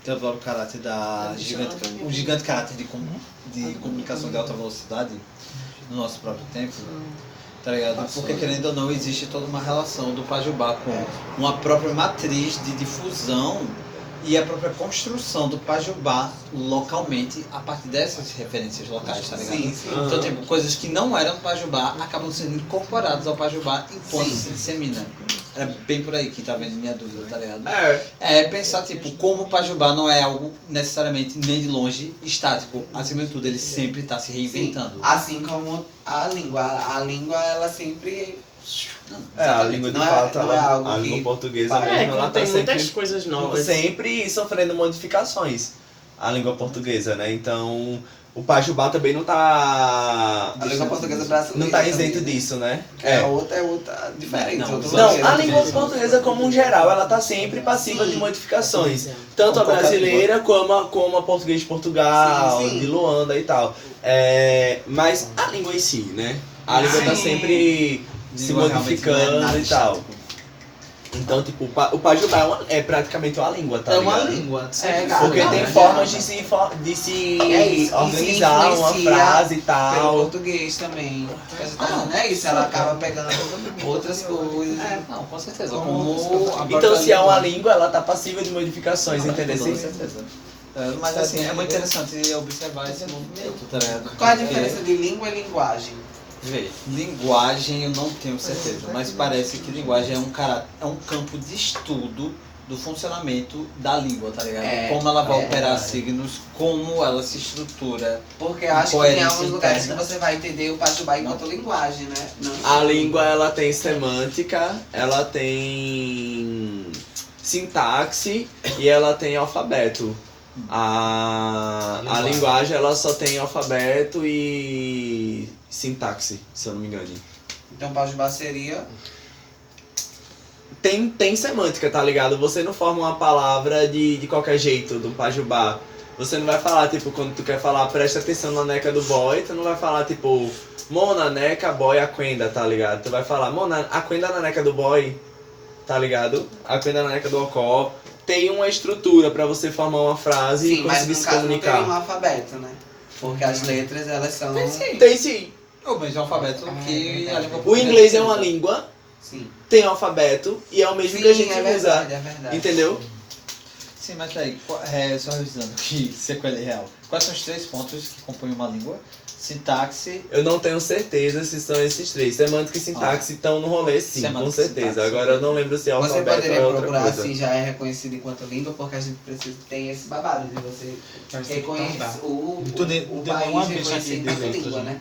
[SPEAKER 1] pelo caráter da gigante, o gigante caráter de, comu- de comunicação de alta velocidade no nosso próprio tempo? Tá ligado? Porque querendo ou não, existe toda uma relação do Pajubá com uma própria matriz de difusão e a própria construção do Pajubá localmente a partir dessas referências locais, tá ligado?
[SPEAKER 6] Sim, sim. Ah.
[SPEAKER 1] Então, tipo, coisas que não eram Pajubá acabam sendo incorporadas ao Pajubá enquanto se dissemina. É bem por aí que tá vendo minha dúvida, tá ligado?
[SPEAKER 3] É,
[SPEAKER 1] É pensar, tipo, como o Pajubá não é algo necessariamente nem de longe estático. Acima de tudo, ele sempre tá se reinventando.
[SPEAKER 6] Assim como a língua. A, a língua, ela sempre.
[SPEAKER 3] é a língua de
[SPEAKER 6] Não é-
[SPEAKER 3] fato,
[SPEAKER 6] não é
[SPEAKER 3] ela,
[SPEAKER 6] algo
[SPEAKER 3] a
[SPEAKER 6] que-
[SPEAKER 3] língua portuguesa
[SPEAKER 6] É,
[SPEAKER 3] mesmo, ela
[SPEAKER 7] É,
[SPEAKER 3] tá
[SPEAKER 7] tem
[SPEAKER 3] sempre
[SPEAKER 7] muitas coisas novas.
[SPEAKER 3] sempre sofrendo modificações a língua portuguesa, né? Então, o Pajubá também não tá
[SPEAKER 6] A língua portuguesa brasileira.
[SPEAKER 3] não tá
[SPEAKER 6] também,
[SPEAKER 3] isento
[SPEAKER 6] né?
[SPEAKER 3] disso, né?
[SPEAKER 6] É. outra, é outra, diferente.
[SPEAKER 1] Não,
[SPEAKER 6] outro
[SPEAKER 1] não,
[SPEAKER 6] jeito.
[SPEAKER 3] Não, a língua portuguesa como um geral, ela tá sempre passiva de modificações, tanto a brasileira como a, como a portuguesa de Portugal,
[SPEAKER 6] Sim, sim.
[SPEAKER 3] de Luanda e tal. É, mas a língua em si, né? A língua tá
[SPEAKER 6] Ah, Sim.
[SPEAKER 3] sempre se
[SPEAKER 1] Língua realmente não é
[SPEAKER 3] modificando
[SPEAKER 1] nada
[SPEAKER 3] e tal.
[SPEAKER 1] estático.
[SPEAKER 3] Então, tipo, o pa- o Pajubá é, uma- é praticamente uma língua, tá
[SPEAKER 5] é uma
[SPEAKER 3] ligado?
[SPEAKER 5] língua.
[SPEAKER 6] É, cara,
[SPEAKER 3] Porque
[SPEAKER 6] não,
[SPEAKER 3] tem
[SPEAKER 6] né?
[SPEAKER 3] formas de se, for- de se
[SPEAKER 6] É isso, e se
[SPEAKER 3] organizar uma
[SPEAKER 6] influencia
[SPEAKER 3] frase e
[SPEAKER 6] Pelo
[SPEAKER 3] tal.
[SPEAKER 6] português também. Porque a gente tá falando, é isso, ela acaba pegando outras coisas.
[SPEAKER 1] É, não, com certeza.
[SPEAKER 6] Como
[SPEAKER 1] Como
[SPEAKER 6] a
[SPEAKER 3] Então, se é uma língua, ela tá passiva de modificações,
[SPEAKER 6] tá
[SPEAKER 3] entendeu?
[SPEAKER 1] Com certeza. É, Mas assim, é muito interessante observar esse movimento, tá ligado?
[SPEAKER 3] É.
[SPEAKER 6] Qual a
[SPEAKER 1] Porque-
[SPEAKER 6] diferença de língua e linguagem?
[SPEAKER 1] Vê, linguagem eu não tenho certeza, mas parece que linguagem é um, cara, é um campo de estudo do funcionamento da língua, tá ligado?
[SPEAKER 6] É,
[SPEAKER 1] como ela vai
[SPEAKER 6] é
[SPEAKER 1] operar
[SPEAKER 6] verdade.
[SPEAKER 1] signos, como ela se estrutura.
[SPEAKER 6] Porque eu acho que tem
[SPEAKER 1] Coerência
[SPEAKER 6] alguns lugares que
[SPEAKER 1] interna.
[SPEAKER 6] você vai entender o Pajubá enquanto linguagem, né? Não.
[SPEAKER 3] A língua, ela tem semântica, ela tem sintaxe e ela tem alfabeto. A, a linguagem, ela só tem alfabeto e sintaxe, se eu não me engano.
[SPEAKER 6] Então, Pajubá seria.
[SPEAKER 3] tem, tem semântica, tá ligado? Você não forma uma palavra de, de qualquer jeito, do pajubá. Você não vai falar, tipo, quando tu quer falar, presta atenção na neca do boy, tu não vai falar, tipo, mona, neca, boy, aquenda, tá ligado? Tu vai falar, mona, aquenda na neca do boy, tá ligado? Aquenda na neca do ocó. tem uma estrutura pra você formar uma frase e
[SPEAKER 6] Sim, mas
[SPEAKER 3] conseguir
[SPEAKER 6] no
[SPEAKER 3] se
[SPEAKER 6] caso não tem
[SPEAKER 3] comunicar.
[SPEAKER 6] um alfabeto, né? Porque as letras, elas são...
[SPEAKER 3] Tem sim.
[SPEAKER 1] Ô, mas é um alfabeto
[SPEAKER 9] Ah,
[SPEAKER 1] que a
[SPEAKER 9] verdade.
[SPEAKER 1] língua
[SPEAKER 3] Então, O inglês é uma língua,
[SPEAKER 6] Sim.
[SPEAKER 3] tem alfabeto e é o mesmo que a gente
[SPEAKER 6] é
[SPEAKER 3] usa.
[SPEAKER 6] verdade, é verdade.
[SPEAKER 3] Entendeu?
[SPEAKER 1] Sim, mas peraí, qu- é, só revisando que sequela é real. Quais são os três pontos que compõem uma língua? Sintaxe,
[SPEAKER 3] Eu não tenho certeza se são esses três. Semântica e sintaxe estão no rolê, sim,
[SPEAKER 1] Semântica
[SPEAKER 3] com
[SPEAKER 1] e
[SPEAKER 3] certeza.
[SPEAKER 1] sintaxe.
[SPEAKER 3] Agora eu não lembro se é
[SPEAKER 6] Você
[SPEAKER 3] alfabeto ou
[SPEAKER 6] poderia
[SPEAKER 3] é outra
[SPEAKER 6] procurar
[SPEAKER 3] coisa.
[SPEAKER 6] assim, já é reconhecido enquanto língua, porque a gente precisa tem esse babado de você reconhecer o, o,
[SPEAKER 4] Tu de-
[SPEAKER 6] o
[SPEAKER 4] deu uma
[SPEAKER 6] país
[SPEAKER 4] bicha aqui
[SPEAKER 6] reconhecer enquanto
[SPEAKER 4] direito,
[SPEAKER 6] língua,
[SPEAKER 4] né?
[SPEAKER 6] né?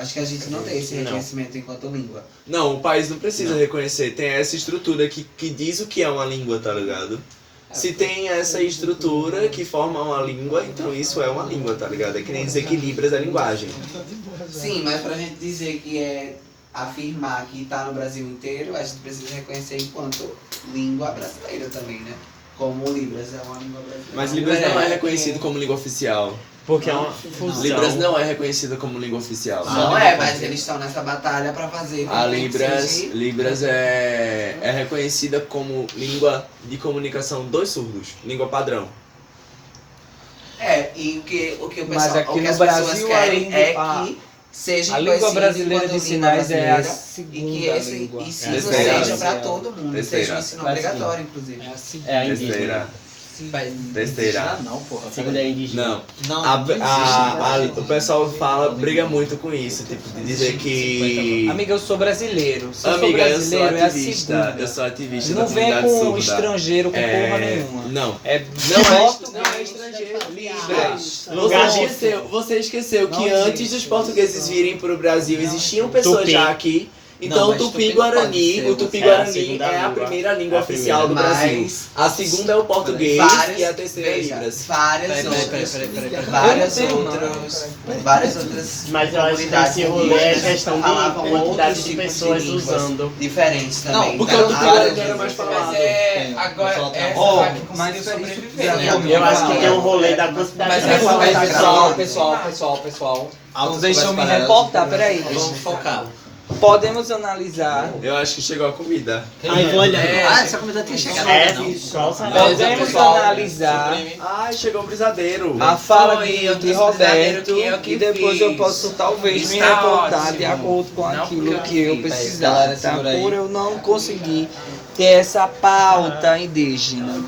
[SPEAKER 6] Acho que a gente não tem esse
[SPEAKER 3] Não.
[SPEAKER 6] reconhecimento enquanto língua.
[SPEAKER 3] Não, o país não precisa reconhecer. Tem essa estrutura que, que diz o que é uma língua, tá ligado? Se tem essa estrutura que forma uma língua, então isso é uma língua, tá ligado? É que nem dizer que Libras é linguagem.
[SPEAKER 4] é.
[SPEAKER 6] Sim, mas pra gente dizer que é afirmar que tá no Brasil inteiro, a gente precisa reconhecer enquanto língua brasileira também, né? Como o Libras é uma língua brasileira.
[SPEAKER 3] Mas Libras não é reconhecido como língua oficial.
[SPEAKER 4] Porque é uma
[SPEAKER 3] Libras não é reconhecida como língua oficial.
[SPEAKER 6] Não é, mas eles estão nessa batalha pra fazer.
[SPEAKER 3] A
[SPEAKER 6] com que
[SPEAKER 3] Libras,
[SPEAKER 6] seja-
[SPEAKER 3] Libras é, é reconhecida como língua de comunicação dos surdos, língua padrão.
[SPEAKER 6] É, e o que o, que o
[SPEAKER 10] Mas
[SPEAKER 6] pessoal,
[SPEAKER 10] aqui
[SPEAKER 6] o que
[SPEAKER 10] no
[SPEAKER 6] as
[SPEAKER 10] Brasil,
[SPEAKER 6] pessoas
[SPEAKER 10] a
[SPEAKER 6] querem
[SPEAKER 10] língua-
[SPEAKER 6] é
[SPEAKER 10] a-
[SPEAKER 6] que seja
[SPEAKER 10] A língua
[SPEAKER 6] conhecido
[SPEAKER 10] brasileira
[SPEAKER 6] enquanto
[SPEAKER 10] de
[SPEAKER 6] língua
[SPEAKER 10] sinais é a
[SPEAKER 6] brasileira E
[SPEAKER 10] segunda
[SPEAKER 6] que esse,
[SPEAKER 10] língua.
[SPEAKER 6] e se isso
[SPEAKER 3] Terceira.
[SPEAKER 6] seja pra todo mundo, seja
[SPEAKER 3] Terceira.
[SPEAKER 6] um ensino obrigatório, inclusive.
[SPEAKER 10] segunda.
[SPEAKER 9] É a indígena.
[SPEAKER 3] Besteira. Besteira.
[SPEAKER 1] Ah, não, porra.
[SPEAKER 7] assim, né?
[SPEAKER 9] A segunda é indígena.
[SPEAKER 3] Não.
[SPEAKER 10] Ah,
[SPEAKER 3] A- a- a- o pessoal fala, briga muito com isso, tipo, de dizer que.
[SPEAKER 10] É, Amiga, eu sou brasileiro. Se eu sou
[SPEAKER 3] Amiga, eu sou
[SPEAKER 10] brasileiro, é a
[SPEAKER 3] ativista.
[SPEAKER 10] segunda.
[SPEAKER 3] Eu sou ativista
[SPEAKER 10] Não
[SPEAKER 3] da
[SPEAKER 10] vem
[SPEAKER 3] comunidade
[SPEAKER 10] com
[SPEAKER 3] surda.
[SPEAKER 10] estrangeiro, com porra
[SPEAKER 3] É,
[SPEAKER 10] nenhuma.
[SPEAKER 3] Não.
[SPEAKER 10] É
[SPEAKER 3] Não é, não é estrangeiro.
[SPEAKER 9] Libras.
[SPEAKER 3] Tá. Você
[SPEAKER 2] Lugar
[SPEAKER 3] esqueceu, você esqueceu
[SPEAKER 10] Não
[SPEAKER 3] que
[SPEAKER 10] existe.
[SPEAKER 3] antes dos portugueses virem para o Brasil existiam pessoas
[SPEAKER 9] Tupi.
[SPEAKER 3] já aqui. Então,
[SPEAKER 1] Não,
[SPEAKER 3] o
[SPEAKER 1] mas Tupi não pode
[SPEAKER 3] Tupi-Guarani,
[SPEAKER 1] ser,
[SPEAKER 3] o
[SPEAKER 1] você-
[SPEAKER 3] Tupi-Guarani é
[SPEAKER 9] é a
[SPEAKER 3] a
[SPEAKER 9] segunda língua.
[SPEAKER 3] primeira língua
[SPEAKER 9] É a
[SPEAKER 3] oficial do Brasil.
[SPEAKER 6] Mas
[SPEAKER 3] A segunda é o português
[SPEAKER 6] várias,
[SPEAKER 3] e a terceira é
[SPEAKER 6] veja,
[SPEAKER 3] Libras.
[SPEAKER 6] Várias
[SPEAKER 1] Peraí, peraí, peraí,
[SPEAKER 6] outras.
[SPEAKER 1] peraí, peraí, peraí.
[SPEAKER 6] Várias
[SPEAKER 10] Eu não tenho
[SPEAKER 6] outras. Várias outras.
[SPEAKER 7] Mas eu acho que esse rolê é
[SPEAKER 6] indígenas
[SPEAKER 7] questão de
[SPEAKER 6] falavam
[SPEAKER 7] quantidade
[SPEAKER 6] outros
[SPEAKER 7] de
[SPEAKER 6] tipos
[SPEAKER 7] pessoas
[SPEAKER 6] línguas
[SPEAKER 7] usando.
[SPEAKER 6] Diferentes também.
[SPEAKER 3] Não, porque
[SPEAKER 6] Então,
[SPEAKER 3] o Tupi-Guarani
[SPEAKER 6] várias
[SPEAKER 3] era mais
[SPEAKER 6] outras-
[SPEAKER 3] falado.
[SPEAKER 9] Mas é,
[SPEAKER 1] Tem,
[SPEAKER 9] agora
[SPEAKER 1] vou soltar.
[SPEAKER 9] essa
[SPEAKER 1] Ó,
[SPEAKER 9] vai que
[SPEAKER 8] mas
[SPEAKER 9] conseguiu
[SPEAKER 8] isso é
[SPEAKER 9] sobreviver.
[SPEAKER 6] diferente.
[SPEAKER 9] né?
[SPEAKER 7] Eu acho que
[SPEAKER 1] é
[SPEAKER 7] tem um
[SPEAKER 9] rolo.
[SPEAKER 7] rolê da quantidade
[SPEAKER 10] Mas
[SPEAKER 7] de
[SPEAKER 10] é
[SPEAKER 7] pessoas.
[SPEAKER 6] vai dar
[SPEAKER 10] pessoal,
[SPEAKER 6] grau.
[SPEAKER 10] pessoal, pessoal, pessoal.
[SPEAKER 1] Altas
[SPEAKER 10] Não deixa eu me
[SPEAKER 1] conversas
[SPEAKER 10] reportar,
[SPEAKER 1] paralelas.
[SPEAKER 10] peraí.
[SPEAKER 1] Vamos focar.
[SPEAKER 10] Podemos analisar.
[SPEAKER 3] Eu acho que chegou a comida.
[SPEAKER 2] Ai, vou olhar.
[SPEAKER 1] Ah, essa comida tem chegado.
[SPEAKER 7] É,
[SPEAKER 1] não.
[SPEAKER 7] só é. saber.
[SPEAKER 1] é
[SPEAKER 10] Podemos
[SPEAKER 1] pessoal,
[SPEAKER 10] analisar
[SPEAKER 3] Ai, chegou um brisadeiro.
[SPEAKER 10] a fala
[SPEAKER 9] Foi,
[SPEAKER 10] de,
[SPEAKER 9] eu
[SPEAKER 10] de
[SPEAKER 9] trouxe brisadeiro
[SPEAKER 10] Roberto
[SPEAKER 9] que
[SPEAKER 8] é
[SPEAKER 9] eu que
[SPEAKER 10] e depois eu
[SPEAKER 9] fiz.
[SPEAKER 10] posso talvez me
[SPEAKER 9] Está
[SPEAKER 10] reportar
[SPEAKER 9] ótimo.
[SPEAKER 10] de acordo com
[SPEAKER 9] Não,
[SPEAKER 10] aquilo
[SPEAKER 9] porque
[SPEAKER 10] que
[SPEAKER 9] eu
[SPEAKER 10] eu
[SPEAKER 8] assim.
[SPEAKER 9] fiz.
[SPEAKER 10] precisar,
[SPEAKER 1] Galera,
[SPEAKER 10] tá?
[SPEAKER 1] segura aí.
[SPEAKER 10] Por eu não conseguir ter essa pauta indígena.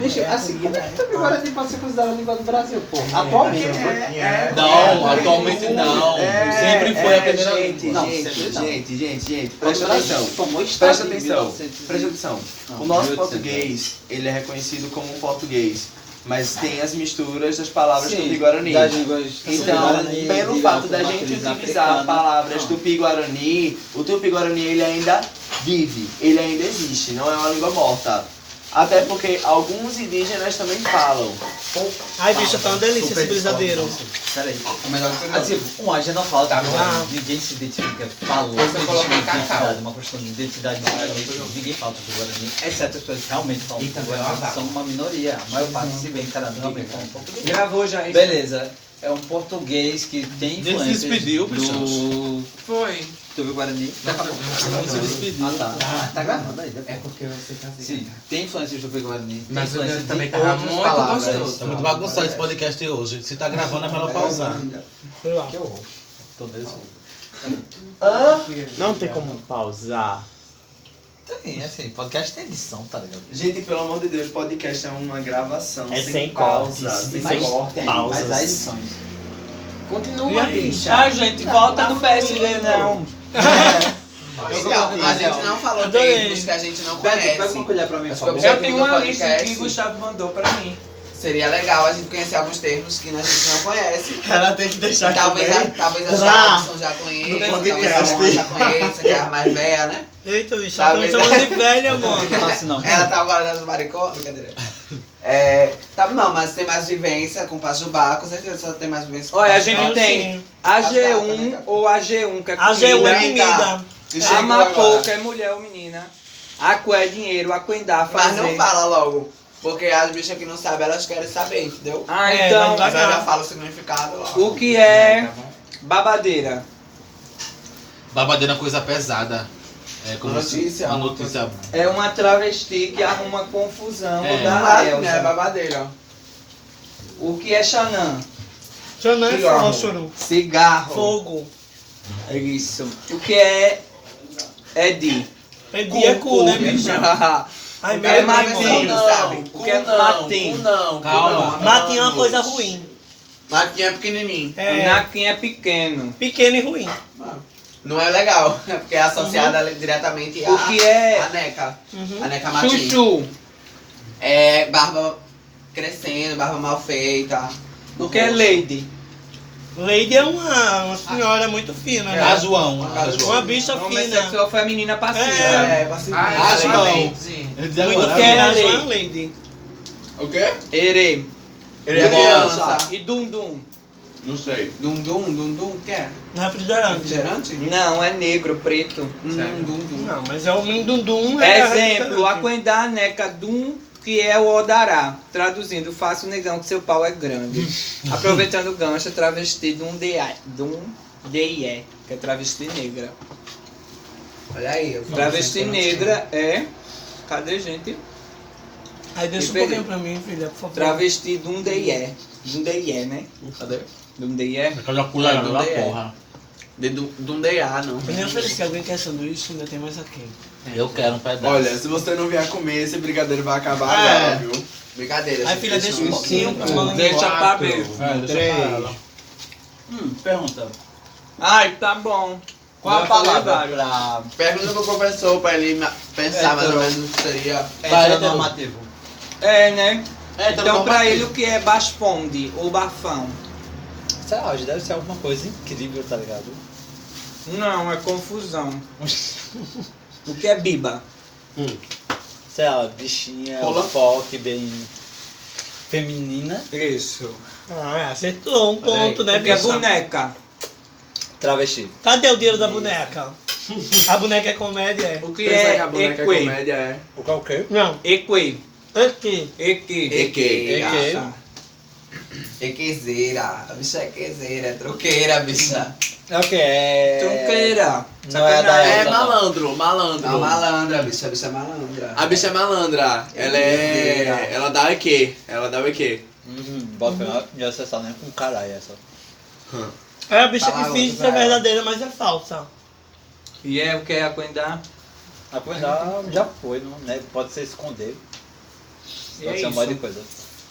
[SPEAKER 1] Bicho, assim, como é que o Guarani pode ser considerado a língua do Brasil, pô?
[SPEAKER 7] É,
[SPEAKER 1] é, Atualmente.
[SPEAKER 4] Não, atualmente não. Sempre foi a primeira
[SPEAKER 3] É, gente,
[SPEAKER 4] língua.
[SPEAKER 3] gente, gente, gente, gente, presta
[SPEAKER 1] Quando
[SPEAKER 3] atenção.
[SPEAKER 1] ele Tomou
[SPEAKER 3] Presta
[SPEAKER 1] estado em
[SPEAKER 3] atenção,
[SPEAKER 1] 1900 e-
[SPEAKER 3] presta atenção. O nosso português, ele é reconhecido como português, mas tem as misturas das palavras
[SPEAKER 1] Sim,
[SPEAKER 3] tupi-guarani.
[SPEAKER 1] das línguas-
[SPEAKER 3] Então,
[SPEAKER 1] Guarani,
[SPEAKER 3] pelo
[SPEAKER 1] de
[SPEAKER 3] fato da
[SPEAKER 1] matriz
[SPEAKER 3] gente utilizar
[SPEAKER 1] africana.
[SPEAKER 3] palavras
[SPEAKER 1] Não.
[SPEAKER 3] tupi-guarani, o tupi-guarani ele ainda vive, ele ainda existe, não é uma língua morta. Até porque alguns indígenas também falam.
[SPEAKER 2] Ai, bicho, tá uma delícia
[SPEAKER 1] Super
[SPEAKER 2] esse brisadeiro.
[SPEAKER 1] Peraí, é melhor que eu Assim, um, a gente não fala tá, ninguém se identifica falando
[SPEAKER 9] Você
[SPEAKER 1] existe
[SPEAKER 9] coloca
[SPEAKER 1] uma
[SPEAKER 9] cacau.
[SPEAKER 1] identidade, uma questão de identidade
[SPEAKER 3] Ah,
[SPEAKER 1] de Guarani, ninguém fala do Guarani, exceto as pessoas que realmente falam
[SPEAKER 9] Eita,
[SPEAKER 1] do
[SPEAKER 9] vai
[SPEAKER 1] Guarani,
[SPEAKER 9] lavar.
[SPEAKER 1] são Então, é uma minoria, a maior parte se bem um encarando realmente falam português.
[SPEAKER 8] Gravou já isso.
[SPEAKER 1] Beleza, é um português que tem
[SPEAKER 4] Ele se
[SPEAKER 1] influência
[SPEAKER 4] despediu,
[SPEAKER 1] do
[SPEAKER 9] Foi.
[SPEAKER 1] do Guarani.
[SPEAKER 4] Se despediu.
[SPEAKER 1] Ah tá, Ah, tá gravando aí, depois.
[SPEAKER 9] É porque você tá assim.
[SPEAKER 1] Sim, tem influência do Guarani, tem
[SPEAKER 9] Mas o
[SPEAKER 1] influência
[SPEAKER 9] Deus também
[SPEAKER 1] de
[SPEAKER 9] tava
[SPEAKER 1] outras
[SPEAKER 9] muito
[SPEAKER 1] palavras. É
[SPEAKER 9] gostoso.
[SPEAKER 4] Tá muito bagunçado esse podcast hoje. Se tá gravando é melhor pausar.
[SPEAKER 1] Tô mesmo.
[SPEAKER 9] Não tem como pausar.
[SPEAKER 1] Tem, assim, podcast tem edição, tá ligado?
[SPEAKER 3] Gente, pelo amor de Deus, podcast é uma gravação
[SPEAKER 7] É
[SPEAKER 3] sem,
[SPEAKER 7] sem
[SPEAKER 3] pausa,
[SPEAKER 7] cortes,
[SPEAKER 3] sem
[SPEAKER 7] mas
[SPEAKER 3] corte.
[SPEAKER 1] Mas há edições.
[SPEAKER 7] Continua, bicha.
[SPEAKER 10] Ah, gente, volta no PSD,
[SPEAKER 8] né?
[SPEAKER 10] não.
[SPEAKER 6] Então, a gente não falou
[SPEAKER 2] Adorei.
[SPEAKER 6] termos que a gente não
[SPEAKER 1] Pega
[SPEAKER 6] conhece.
[SPEAKER 1] uma colher pra mim, por favor.
[SPEAKER 8] Já tem um uma
[SPEAKER 6] Podcast.
[SPEAKER 8] lista que o Gustavo mandou pra mim.
[SPEAKER 6] Seria legal a gente conhecer alguns termos que a gente não conhece.
[SPEAKER 7] Ela tem que deixar
[SPEAKER 6] Talvez a,
[SPEAKER 7] também.
[SPEAKER 6] talvez a
[SPEAKER 7] Lá.
[SPEAKER 6] Jackson já
[SPEAKER 7] No
[SPEAKER 6] conheça, talvez a
[SPEAKER 7] podcast.
[SPEAKER 6] Ramon já conheça, que é a mais velha, né?
[SPEAKER 2] Eita, bicho,
[SPEAKER 6] Tá
[SPEAKER 2] tá me
[SPEAKER 6] vendo?
[SPEAKER 2] chamando de velha, mano.
[SPEAKER 1] Não faço não.
[SPEAKER 6] Ela tá agora nas maricó, brincadeira. É, tá, não, mas tem mais vivência com Pajubá, com certeza só tem mais vivência com
[SPEAKER 10] Olha, a
[SPEAKER 6] Pajubá.
[SPEAKER 10] gente tem
[SPEAKER 6] tá
[SPEAKER 10] AG1 ou AG1, que é
[SPEAKER 2] A G1
[SPEAKER 10] comida.
[SPEAKER 2] é comida.
[SPEAKER 6] um Chegou
[SPEAKER 10] Amapou,
[SPEAKER 6] agora.
[SPEAKER 10] que é mulher ou menina. Aqua é dinheiro, aquendá,
[SPEAKER 6] Mas
[SPEAKER 10] fazer.
[SPEAKER 6] não fala logo, porque as bichas que não sabem, elas querem saber, entendeu?
[SPEAKER 10] Ah,
[SPEAKER 2] É,
[SPEAKER 10] então,
[SPEAKER 2] mas
[SPEAKER 6] Mas
[SPEAKER 2] vai-
[SPEAKER 6] ela já fala um o significado logo.
[SPEAKER 10] o que é babadeira?
[SPEAKER 4] Babadeira é uma coisa pesada.
[SPEAKER 1] É como se-
[SPEAKER 7] Notícia.
[SPEAKER 1] uma notícia.
[SPEAKER 8] É uma travesti que arruma confusão
[SPEAKER 1] É.
[SPEAKER 8] da Elsa. É babadeira. O que é Xanã?
[SPEAKER 2] Xanã é
[SPEAKER 8] Cigarro.
[SPEAKER 2] fósforo.
[SPEAKER 8] Cigarro.
[SPEAKER 2] Fogo.
[SPEAKER 8] É Isso. O que é Edi?
[SPEAKER 2] É dia cu, né, bicho? Ai, meu
[SPEAKER 8] é
[SPEAKER 2] Deus.
[SPEAKER 8] Martim,
[SPEAKER 2] Não.
[SPEAKER 8] sabe? O que é Martim?
[SPEAKER 6] Não,
[SPEAKER 9] Calma.
[SPEAKER 2] Matinho é uma coisa ruim.
[SPEAKER 6] Matinha é pequenininho.
[SPEAKER 2] É
[SPEAKER 8] Naquim é pequeno.
[SPEAKER 2] pequeno e ruim.
[SPEAKER 6] Não é legal, porque é associada diretamente à
[SPEAKER 8] Uhum. O que é
[SPEAKER 6] à neca.
[SPEAKER 2] Uhum.
[SPEAKER 6] A neca matinha.
[SPEAKER 8] Chuchu?
[SPEAKER 6] É barba crescendo, barba mal feita.
[SPEAKER 8] O que é Lady?
[SPEAKER 2] Lady é uma, uma senhora muito fina, né?
[SPEAKER 1] A João. A João.
[SPEAKER 2] Uma bicha Tá fina.
[SPEAKER 8] Homossexual foi a menina passiva.
[SPEAKER 2] É.
[SPEAKER 8] Ah,
[SPEAKER 9] Ai,
[SPEAKER 1] Acho
[SPEAKER 9] gente.
[SPEAKER 1] Ah, Eu disse
[SPEAKER 2] Muito
[SPEAKER 1] agora, né?
[SPEAKER 2] fina, a
[SPEAKER 8] Lady.
[SPEAKER 2] João é Lady.
[SPEAKER 3] O quê?
[SPEAKER 8] Ere.
[SPEAKER 6] Criança.
[SPEAKER 8] E Dundum?
[SPEAKER 3] Não sei.
[SPEAKER 7] Dundum, dundum, o que é?
[SPEAKER 2] Refrigerante.
[SPEAKER 7] Refrigerante?
[SPEAKER 8] Não, é negro, preto.
[SPEAKER 7] Hum, dundum.
[SPEAKER 2] Não, mas é o mindundum. É
[SPEAKER 8] Exemplo,
[SPEAKER 2] refrigerante.
[SPEAKER 8] Aquendá Neca Dum, que é o Odará. Traduzindo, faça o negão que seu pau é grande. Aproveitando o gancho, travesti Dum DE, Dum DIE, que é travesti negra.
[SPEAKER 7] Olha aí. eu-
[SPEAKER 8] Travesti
[SPEAKER 2] então
[SPEAKER 8] negra é. Cadê, gente?
[SPEAKER 2] Aí deixa um
[SPEAKER 8] Diferente.
[SPEAKER 2] pouquinho pra mim, filha, por favor.
[SPEAKER 8] Travesti um Dum DIE. Dum DIE, né? um
[SPEAKER 6] Cadê?
[SPEAKER 8] Dum DIE.
[SPEAKER 1] Aquela acusadora da
[SPEAKER 6] Não, é.
[SPEAKER 1] porra.
[SPEAKER 6] De du- dundear, não.
[SPEAKER 2] Eu nem ofereci alguém que é sanduíche, ainda tem mais aqui.
[SPEAKER 1] Eu
[SPEAKER 4] é,
[SPEAKER 1] quero um pedaço.
[SPEAKER 3] Olha, se você não vier comer, esse brigadeiro vai acabar
[SPEAKER 2] É.
[SPEAKER 3] agora, viu?
[SPEAKER 6] Brincadeira.
[SPEAKER 2] Aí,
[SPEAKER 6] gente,
[SPEAKER 2] filha, deixa um
[SPEAKER 6] isso.
[SPEAKER 2] pouquinho pra mim.
[SPEAKER 8] Deixa pra ver.
[SPEAKER 1] É, deixa pra ela.
[SPEAKER 7] Hum, pergunta.
[SPEAKER 8] Ai, tá bom.
[SPEAKER 7] Qual
[SPEAKER 8] Já
[SPEAKER 7] a
[SPEAKER 8] falei
[SPEAKER 7] palavra
[SPEAKER 8] vários.
[SPEAKER 7] pra
[SPEAKER 8] Ah.
[SPEAKER 6] Pergunta pro professor pra ele ma- pensar mais ou menos o que seria.
[SPEAKER 7] heteronormativo?
[SPEAKER 8] É, né?
[SPEAKER 6] É,
[SPEAKER 7] Tá
[SPEAKER 8] Então, pra ele, o que é basponde ou bafão?
[SPEAKER 7] Sei lá, hoje deve ser alguma coisa incrível, tá ligado?
[SPEAKER 8] Não, é confusão. o que é biba?
[SPEAKER 7] Sei lá, bichinha,
[SPEAKER 6] Rola.
[SPEAKER 7] folk bem feminina.
[SPEAKER 8] Isso.
[SPEAKER 2] Ah, acertou um ponto, né,
[SPEAKER 8] O que é
[SPEAKER 2] bicha?
[SPEAKER 8] boneca?
[SPEAKER 7] Travesti.
[SPEAKER 2] Cadê o dinheiro da boneca? A boneca é comédia? é?
[SPEAKER 8] O que
[SPEAKER 3] Pensa que
[SPEAKER 8] é
[SPEAKER 3] a boneca é
[SPEAKER 8] equi?
[SPEAKER 3] comédia é.
[SPEAKER 7] O que é o quê?
[SPEAKER 2] Não,
[SPEAKER 8] Equi.
[SPEAKER 2] aqui.
[SPEAKER 6] é?
[SPEAKER 8] Equi.
[SPEAKER 6] Eque.
[SPEAKER 7] Eque.
[SPEAKER 8] Ah,
[SPEAKER 6] Equezeira. A bicha é quezeira. É troqueira, bicha.
[SPEAKER 7] É o que? É...
[SPEAKER 8] Tronqueira.
[SPEAKER 7] Não é da
[SPEAKER 6] É
[SPEAKER 7] Elsa, não.
[SPEAKER 6] malandro, malandro.
[SPEAKER 7] É uma malandra, bicho. A bicha é malandra.
[SPEAKER 3] A bicha é malandra. Ela é. Ela dá o EQ. Ela dá o EQ.
[SPEAKER 7] Uhum, bota uhum. essa só nem com caralho essa.
[SPEAKER 2] É a bicha
[SPEAKER 7] Fala
[SPEAKER 2] que
[SPEAKER 7] outra
[SPEAKER 2] finge
[SPEAKER 7] pra
[SPEAKER 2] ser
[SPEAKER 7] ela.
[SPEAKER 2] verdadeira, mas é falsa.
[SPEAKER 8] E é o que é aquendá?
[SPEAKER 7] A coisa
[SPEAKER 8] Ah,
[SPEAKER 7] já, já foi, não, né? Pode ser esconder.
[SPEAKER 8] E
[SPEAKER 7] pode
[SPEAKER 8] é
[SPEAKER 7] ser um
[SPEAKER 8] isso.
[SPEAKER 7] monte de coisa.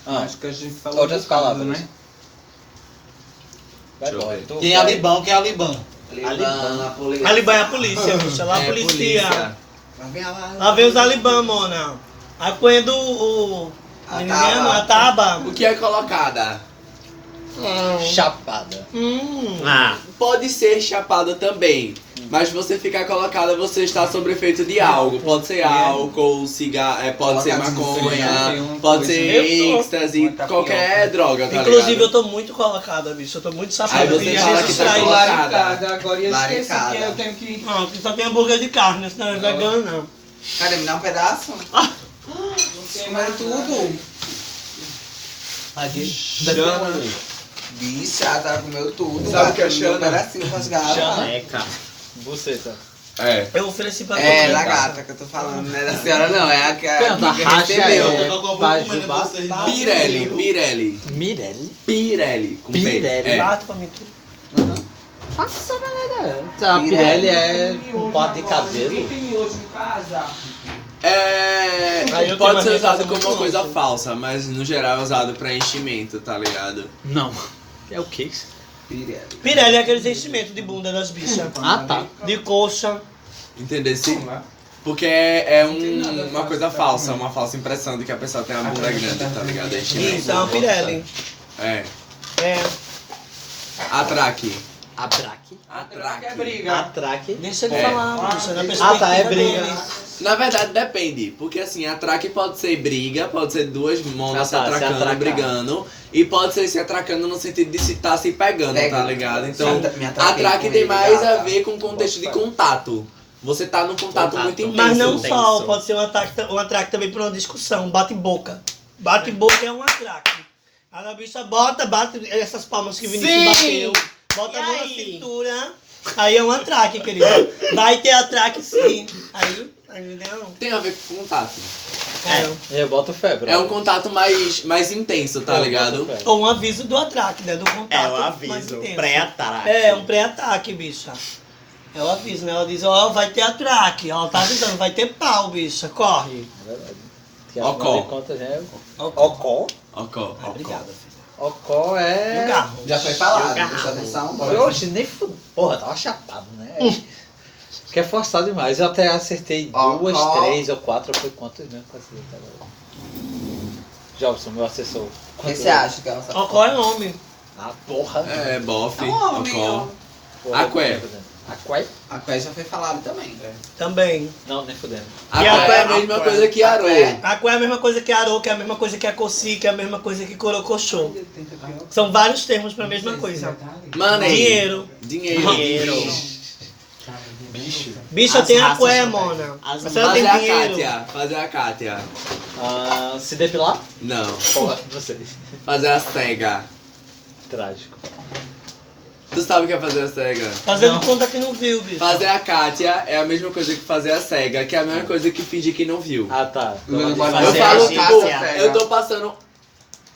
[SPEAKER 7] Ah,
[SPEAKER 8] Acho que a gente falou
[SPEAKER 7] Outras
[SPEAKER 8] um bocado,
[SPEAKER 7] palavras.
[SPEAKER 8] né?
[SPEAKER 7] vai
[SPEAKER 3] deixa eu
[SPEAKER 7] embora.
[SPEAKER 3] ver.
[SPEAKER 7] Tô-
[SPEAKER 1] Quem é Alibão? Quem é Alibão?
[SPEAKER 6] Alibana, polícia.
[SPEAKER 2] Alibã é a polícia, bicha. Lá a polícia. Lá vem os Alibã, mona. A Quen do. O...
[SPEAKER 6] A
[SPEAKER 2] menino,
[SPEAKER 6] Taba.
[SPEAKER 2] a Taba.
[SPEAKER 3] O que é colocada?
[SPEAKER 7] Chapada.
[SPEAKER 2] Hum.
[SPEAKER 4] Ah,
[SPEAKER 3] Pode ser chapada também. Mas você ficar colocada, você está sob efeito de algo. Pode ser álcool, cigarro, é, pode ser
[SPEAKER 6] Colocado no
[SPEAKER 3] maconha,
[SPEAKER 8] cigarro.
[SPEAKER 3] pode ser
[SPEAKER 2] Eu tô.
[SPEAKER 3] êxtase, qualquer droga, tá
[SPEAKER 2] Inclusive, eu
[SPEAKER 3] ligado?
[SPEAKER 2] tô muito colocada, bicho. Eu tô muito safada.
[SPEAKER 3] Aí você
[SPEAKER 2] E a
[SPEAKER 3] fala
[SPEAKER 2] gente
[SPEAKER 3] que tá
[SPEAKER 2] sai lá-
[SPEAKER 3] colocada.
[SPEAKER 8] Laricada, agora eu esqueci
[SPEAKER 6] Laricada.
[SPEAKER 8] que eu tenho que...
[SPEAKER 2] Não, que só tem hambúrguer de carne, senão é vegano, não.
[SPEAKER 6] Cadê? Me dá um pedaço?
[SPEAKER 8] Queimar tudo.
[SPEAKER 6] Xana. Bicha, tá comeu tudo.
[SPEAKER 3] Sabe o que é
[SPEAKER 6] bateu
[SPEAKER 3] Xana?
[SPEAKER 6] Um pedacinho com as garras.
[SPEAKER 7] é,
[SPEAKER 4] boneca.
[SPEAKER 7] Buceta.
[SPEAKER 3] É.
[SPEAKER 2] Eu ofereci pra
[SPEAKER 6] É,
[SPEAKER 2] todo
[SPEAKER 6] da
[SPEAKER 2] mundo.
[SPEAKER 6] gata que eu tô falando, não é da senhora não, é a que a
[SPEAKER 7] Penta,
[SPEAKER 6] que
[SPEAKER 7] racha
[SPEAKER 6] recebeu.
[SPEAKER 7] ela. Vai,
[SPEAKER 1] né?
[SPEAKER 7] Juba.
[SPEAKER 3] Pirelli, Pirelli.
[SPEAKER 7] Mirelle?
[SPEAKER 3] Pirelli. Com P.
[SPEAKER 7] Pirelli.
[SPEAKER 3] É.
[SPEAKER 2] Bate pra mim tudo.
[SPEAKER 7] A Pirelli é um pote de cabelo.
[SPEAKER 8] tem hoje em casa?
[SPEAKER 3] É.
[SPEAKER 2] Aí eu tenho uma
[SPEAKER 3] Pode ser
[SPEAKER 2] reação
[SPEAKER 3] usado como
[SPEAKER 2] muito
[SPEAKER 3] uma coisa
[SPEAKER 2] louca.
[SPEAKER 3] falsa, mas no geral é usado pra enchimento, tá ligado?
[SPEAKER 7] Não. É o que?
[SPEAKER 2] Pirelli é aqueles enchimentos de bunda das bichas.
[SPEAKER 7] Ah, tá.
[SPEAKER 2] De coxa.
[SPEAKER 3] Entendeu? Sim. Porque é, é um- uma coisa falsa, uma falsa impressão de que a pessoa tem uma bunda grande, tá ligado? É enchimento.
[SPEAKER 2] Então, Pirelli.
[SPEAKER 3] É.
[SPEAKER 2] É.
[SPEAKER 3] Atraque.
[SPEAKER 7] Atraque.
[SPEAKER 8] Atraque é
[SPEAKER 3] Atraque.
[SPEAKER 8] briga.
[SPEAKER 7] Atraque.
[SPEAKER 2] Deixa ele
[SPEAKER 3] É.
[SPEAKER 2] falar, bicha. Na perspectiva
[SPEAKER 7] Ah, tá, é briga.
[SPEAKER 2] dele.
[SPEAKER 3] Na verdade, depende. Porque assim, atraque pode ser briga, pode ser duas monas
[SPEAKER 7] Ah, tá,
[SPEAKER 3] se
[SPEAKER 7] se
[SPEAKER 3] atracando,
[SPEAKER 7] atracar.
[SPEAKER 3] brigando. E pode ser se atracando no sentido de se tá se pegando, tá ligado? Então, atraque tem mais a ver com o contexto de contato. Você tá num contato,
[SPEAKER 4] Contato.
[SPEAKER 3] muito intenso.
[SPEAKER 2] Mas não
[SPEAKER 4] Intenso.
[SPEAKER 2] só, pode ser um ataque, um atraque também por uma discussão, bate-boca. Bate-boca é um atraque. Aí a bicha bota, bate essas palmas que o Vinícius
[SPEAKER 4] Sim!
[SPEAKER 2] bateu, bota
[SPEAKER 4] E
[SPEAKER 2] a mão na
[SPEAKER 4] aí?
[SPEAKER 2] cintura, Aí é uma traque, querido. Vai ter a traque sim. Aí, aí não.
[SPEAKER 3] Tem a ver com contato.
[SPEAKER 2] É.
[SPEAKER 7] Eu boto febre.
[SPEAKER 3] É um contato mais, mais intenso, tá ligado?
[SPEAKER 2] Ou um aviso do atraque, né? Do contato.
[SPEAKER 9] É o
[SPEAKER 2] mais
[SPEAKER 9] aviso,
[SPEAKER 2] intenso.
[SPEAKER 9] pré-ataque.
[SPEAKER 2] É, um pré-ataque, bicha. É o aviso, né? Ela diz, ó, vai ter atraque. Ela tá avisando, vai ter pau, bicha. Corre.
[SPEAKER 3] Ocó.
[SPEAKER 7] Ocó?
[SPEAKER 3] Ocó,
[SPEAKER 2] Ah,
[SPEAKER 3] ocó.
[SPEAKER 2] obrigada, filho.
[SPEAKER 7] Ocó
[SPEAKER 2] E o
[SPEAKER 7] é.
[SPEAKER 2] garro.
[SPEAKER 3] Já foi falado, presta atenção.
[SPEAKER 7] Eu hoje nem fu... Porra, tava chapado, né?
[SPEAKER 2] Hum.
[SPEAKER 7] Porque é forçado demais. Eu até acertei
[SPEAKER 3] Ó,
[SPEAKER 7] duas,
[SPEAKER 3] ó.
[SPEAKER 7] três ou quatro. Foi quantos mesmo que eu acertei até agora? Jobson, meu assessor.
[SPEAKER 6] O que você acha que ela sabe?
[SPEAKER 2] Ó, qual é o nome?
[SPEAKER 7] Ah, porra.
[SPEAKER 3] É, bofe,
[SPEAKER 6] Ó,
[SPEAKER 3] ocó.
[SPEAKER 6] meu.
[SPEAKER 7] Porra,
[SPEAKER 3] Aqué.
[SPEAKER 7] nem fudendo.
[SPEAKER 6] é.
[SPEAKER 7] Aqué?
[SPEAKER 3] A Qué já foi falado também.
[SPEAKER 2] Também.
[SPEAKER 7] Não, nem fudendo.
[SPEAKER 3] A
[SPEAKER 2] E
[SPEAKER 3] Qué
[SPEAKER 2] a
[SPEAKER 3] é a
[SPEAKER 2] Qué?
[SPEAKER 3] mesma coisa que Arô.
[SPEAKER 2] A qual é a mesma coisa que arô, que é a mesma coisa que a coci, que é a mesma coisa que corocochô. São vários termos pra mesma coisa.
[SPEAKER 3] Money.
[SPEAKER 2] Dinheiro.
[SPEAKER 3] Dinheiro.
[SPEAKER 9] Dinheiro.
[SPEAKER 2] Bicha,
[SPEAKER 9] As
[SPEAKER 2] tem a
[SPEAKER 9] raças
[SPEAKER 2] cué,
[SPEAKER 9] também.
[SPEAKER 2] mona.
[SPEAKER 9] As
[SPEAKER 2] Mas ela
[SPEAKER 3] Fazer
[SPEAKER 7] é
[SPEAKER 2] tem
[SPEAKER 3] a
[SPEAKER 2] dinheiro.
[SPEAKER 3] Kátia. Fazer a Kátia.
[SPEAKER 7] Ah, se depilar?
[SPEAKER 3] Não.
[SPEAKER 7] Porra, vocês.
[SPEAKER 3] Fazer a cega.
[SPEAKER 7] Trágico.
[SPEAKER 3] Tu sabe o que é fazer a cega?
[SPEAKER 2] Fazendo conta que não viu, bicho.
[SPEAKER 3] Fazer a Kátia é a mesma coisa que fazer a cega, que é a mesma coisa que fingir que não viviu.
[SPEAKER 7] Ah, tá.
[SPEAKER 6] Eu
[SPEAKER 7] Então,
[SPEAKER 3] Eu
[SPEAKER 9] Fazer a
[SPEAKER 3] falo,
[SPEAKER 9] cega,
[SPEAKER 3] tipo,
[SPEAKER 9] a
[SPEAKER 3] eu tô passando.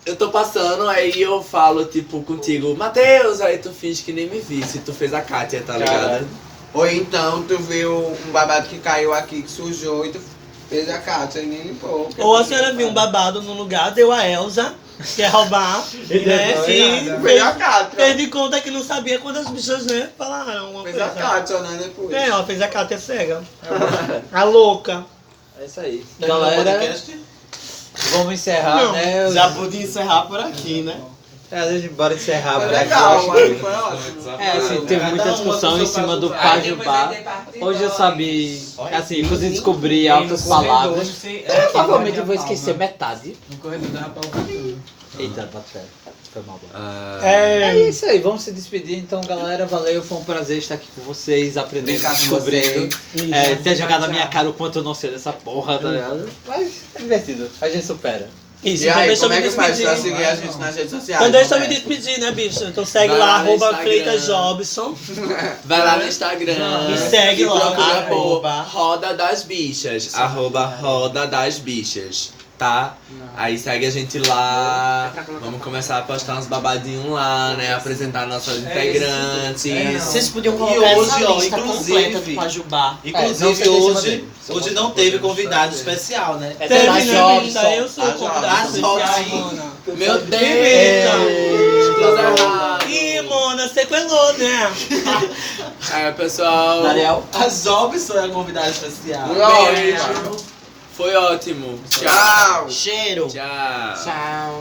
[SPEAKER 3] Eu tô passando, aí eu falo, tipo, contigo, Matheus, aí tu finge que nem me visse, tu fez a Kátia, tá ligado?
[SPEAKER 7] Caralho.
[SPEAKER 6] Ou então tu viu um babado que caiu aqui, que sujou e tu fez a Kátia e nem limpou.
[SPEAKER 2] Ou a senhora viu um babado num lugar, deu a Elsa, quer é roubar, e,
[SPEAKER 9] é
[SPEAKER 2] né,
[SPEAKER 7] deu
[SPEAKER 2] e
[SPEAKER 6] Fez
[SPEAKER 2] fez,
[SPEAKER 6] a Kátia.
[SPEAKER 2] fez de conta que não sabia quantas bichas, né, falaram uma
[SPEAKER 6] Fez a
[SPEAKER 2] coisa.
[SPEAKER 6] Kátia, né? Depois.
[SPEAKER 2] É, ela fez a Cátia cega. A louca.
[SPEAKER 7] É isso aí.
[SPEAKER 1] Terminou o
[SPEAKER 7] Galera,
[SPEAKER 1] podcast?
[SPEAKER 7] vamos encerrar,
[SPEAKER 2] Não,
[SPEAKER 1] Ah,
[SPEAKER 7] né? Eu-
[SPEAKER 9] Já pude encerrar por aqui, né?
[SPEAKER 7] É, a gente bora encerrar
[SPEAKER 6] Foi
[SPEAKER 7] por aqui.
[SPEAKER 6] legal,
[SPEAKER 7] eu acho
[SPEAKER 6] mas foi ótimo.
[SPEAKER 7] que- né? É, assim, teve muita
[SPEAKER 1] é Cada um
[SPEAKER 7] discussão
[SPEAKER 1] bota
[SPEAKER 7] em
[SPEAKER 1] o seu
[SPEAKER 7] cima do
[SPEAKER 1] Pajubá.
[SPEAKER 7] Pajubá. Hoje eu sabia, assim, consegui
[SPEAKER 1] um
[SPEAKER 7] descobrir altas palavras. Provavelmente eu vou esquecer metade.
[SPEAKER 8] No corredor da Rapalva.
[SPEAKER 7] Eita, bateu. Foi mal, bora.
[SPEAKER 3] Ah.
[SPEAKER 7] É
[SPEAKER 2] É,
[SPEAKER 7] isso aí, vamos se despedir então, galera. Valeu, foi um prazer estar aqui com vocês, aprendendo,
[SPEAKER 6] Brincar com
[SPEAKER 1] um
[SPEAKER 7] descobrindo.
[SPEAKER 2] isso.
[SPEAKER 7] É, ter jogado na minha cara o quanto eu não sei dessa porra, tá ligado? Mas é divertido, a gente supera.
[SPEAKER 2] isso.
[SPEAKER 6] E
[SPEAKER 2] Então
[SPEAKER 6] aí,
[SPEAKER 2] deixa eu
[SPEAKER 6] como
[SPEAKER 2] me
[SPEAKER 6] é que faz é? pra
[SPEAKER 2] despedir.
[SPEAKER 6] seguir a gente nas redes sociais?
[SPEAKER 2] Então deixa eu me
[SPEAKER 6] Roberto?
[SPEAKER 2] despedir, né, bicho? Então segue
[SPEAKER 3] Vai
[SPEAKER 2] lá,
[SPEAKER 3] lá no
[SPEAKER 2] arroba
[SPEAKER 3] Instagram.
[SPEAKER 2] Freitas Jobson.
[SPEAKER 3] Vai lá no Instagram.
[SPEAKER 2] Me segue
[SPEAKER 3] e
[SPEAKER 2] lá.
[SPEAKER 9] Ah,
[SPEAKER 3] procura por
[SPEAKER 2] Arroba.
[SPEAKER 3] Roda das Bichas. Arroba Roda das Bichas. Tá? Aí segue a gente lá. Vamos começar a postar uns babadinhos lá, né? Apresentar nossas integrantes.
[SPEAKER 9] Vocês podiam
[SPEAKER 1] E
[SPEAKER 9] colocar
[SPEAKER 1] hoje,
[SPEAKER 9] essa
[SPEAKER 1] ó,
[SPEAKER 9] lista completa do
[SPEAKER 1] um inclusive.
[SPEAKER 9] Pajubá.
[SPEAKER 1] Inclusive, É, hoje, hoje não teve convidado especial, né?
[SPEAKER 9] É
[SPEAKER 2] Teve,
[SPEAKER 9] da
[SPEAKER 2] né,
[SPEAKER 9] Jobson.
[SPEAKER 2] bicha? Eu sou o
[SPEAKER 9] A
[SPEAKER 2] convidado especial,
[SPEAKER 9] Jobson.
[SPEAKER 2] mona.
[SPEAKER 3] Meu Deus! Tudo
[SPEAKER 2] Eita.
[SPEAKER 3] errado.
[SPEAKER 2] Ih, mona, sequelou, né?
[SPEAKER 3] Aí, pessoal.
[SPEAKER 1] Ariel, a Jobson é a convidada especial.
[SPEAKER 3] Um beijo. Foi ótimo. Tchau.
[SPEAKER 9] Cheiro.
[SPEAKER 3] Tchau.
[SPEAKER 11] Tchau.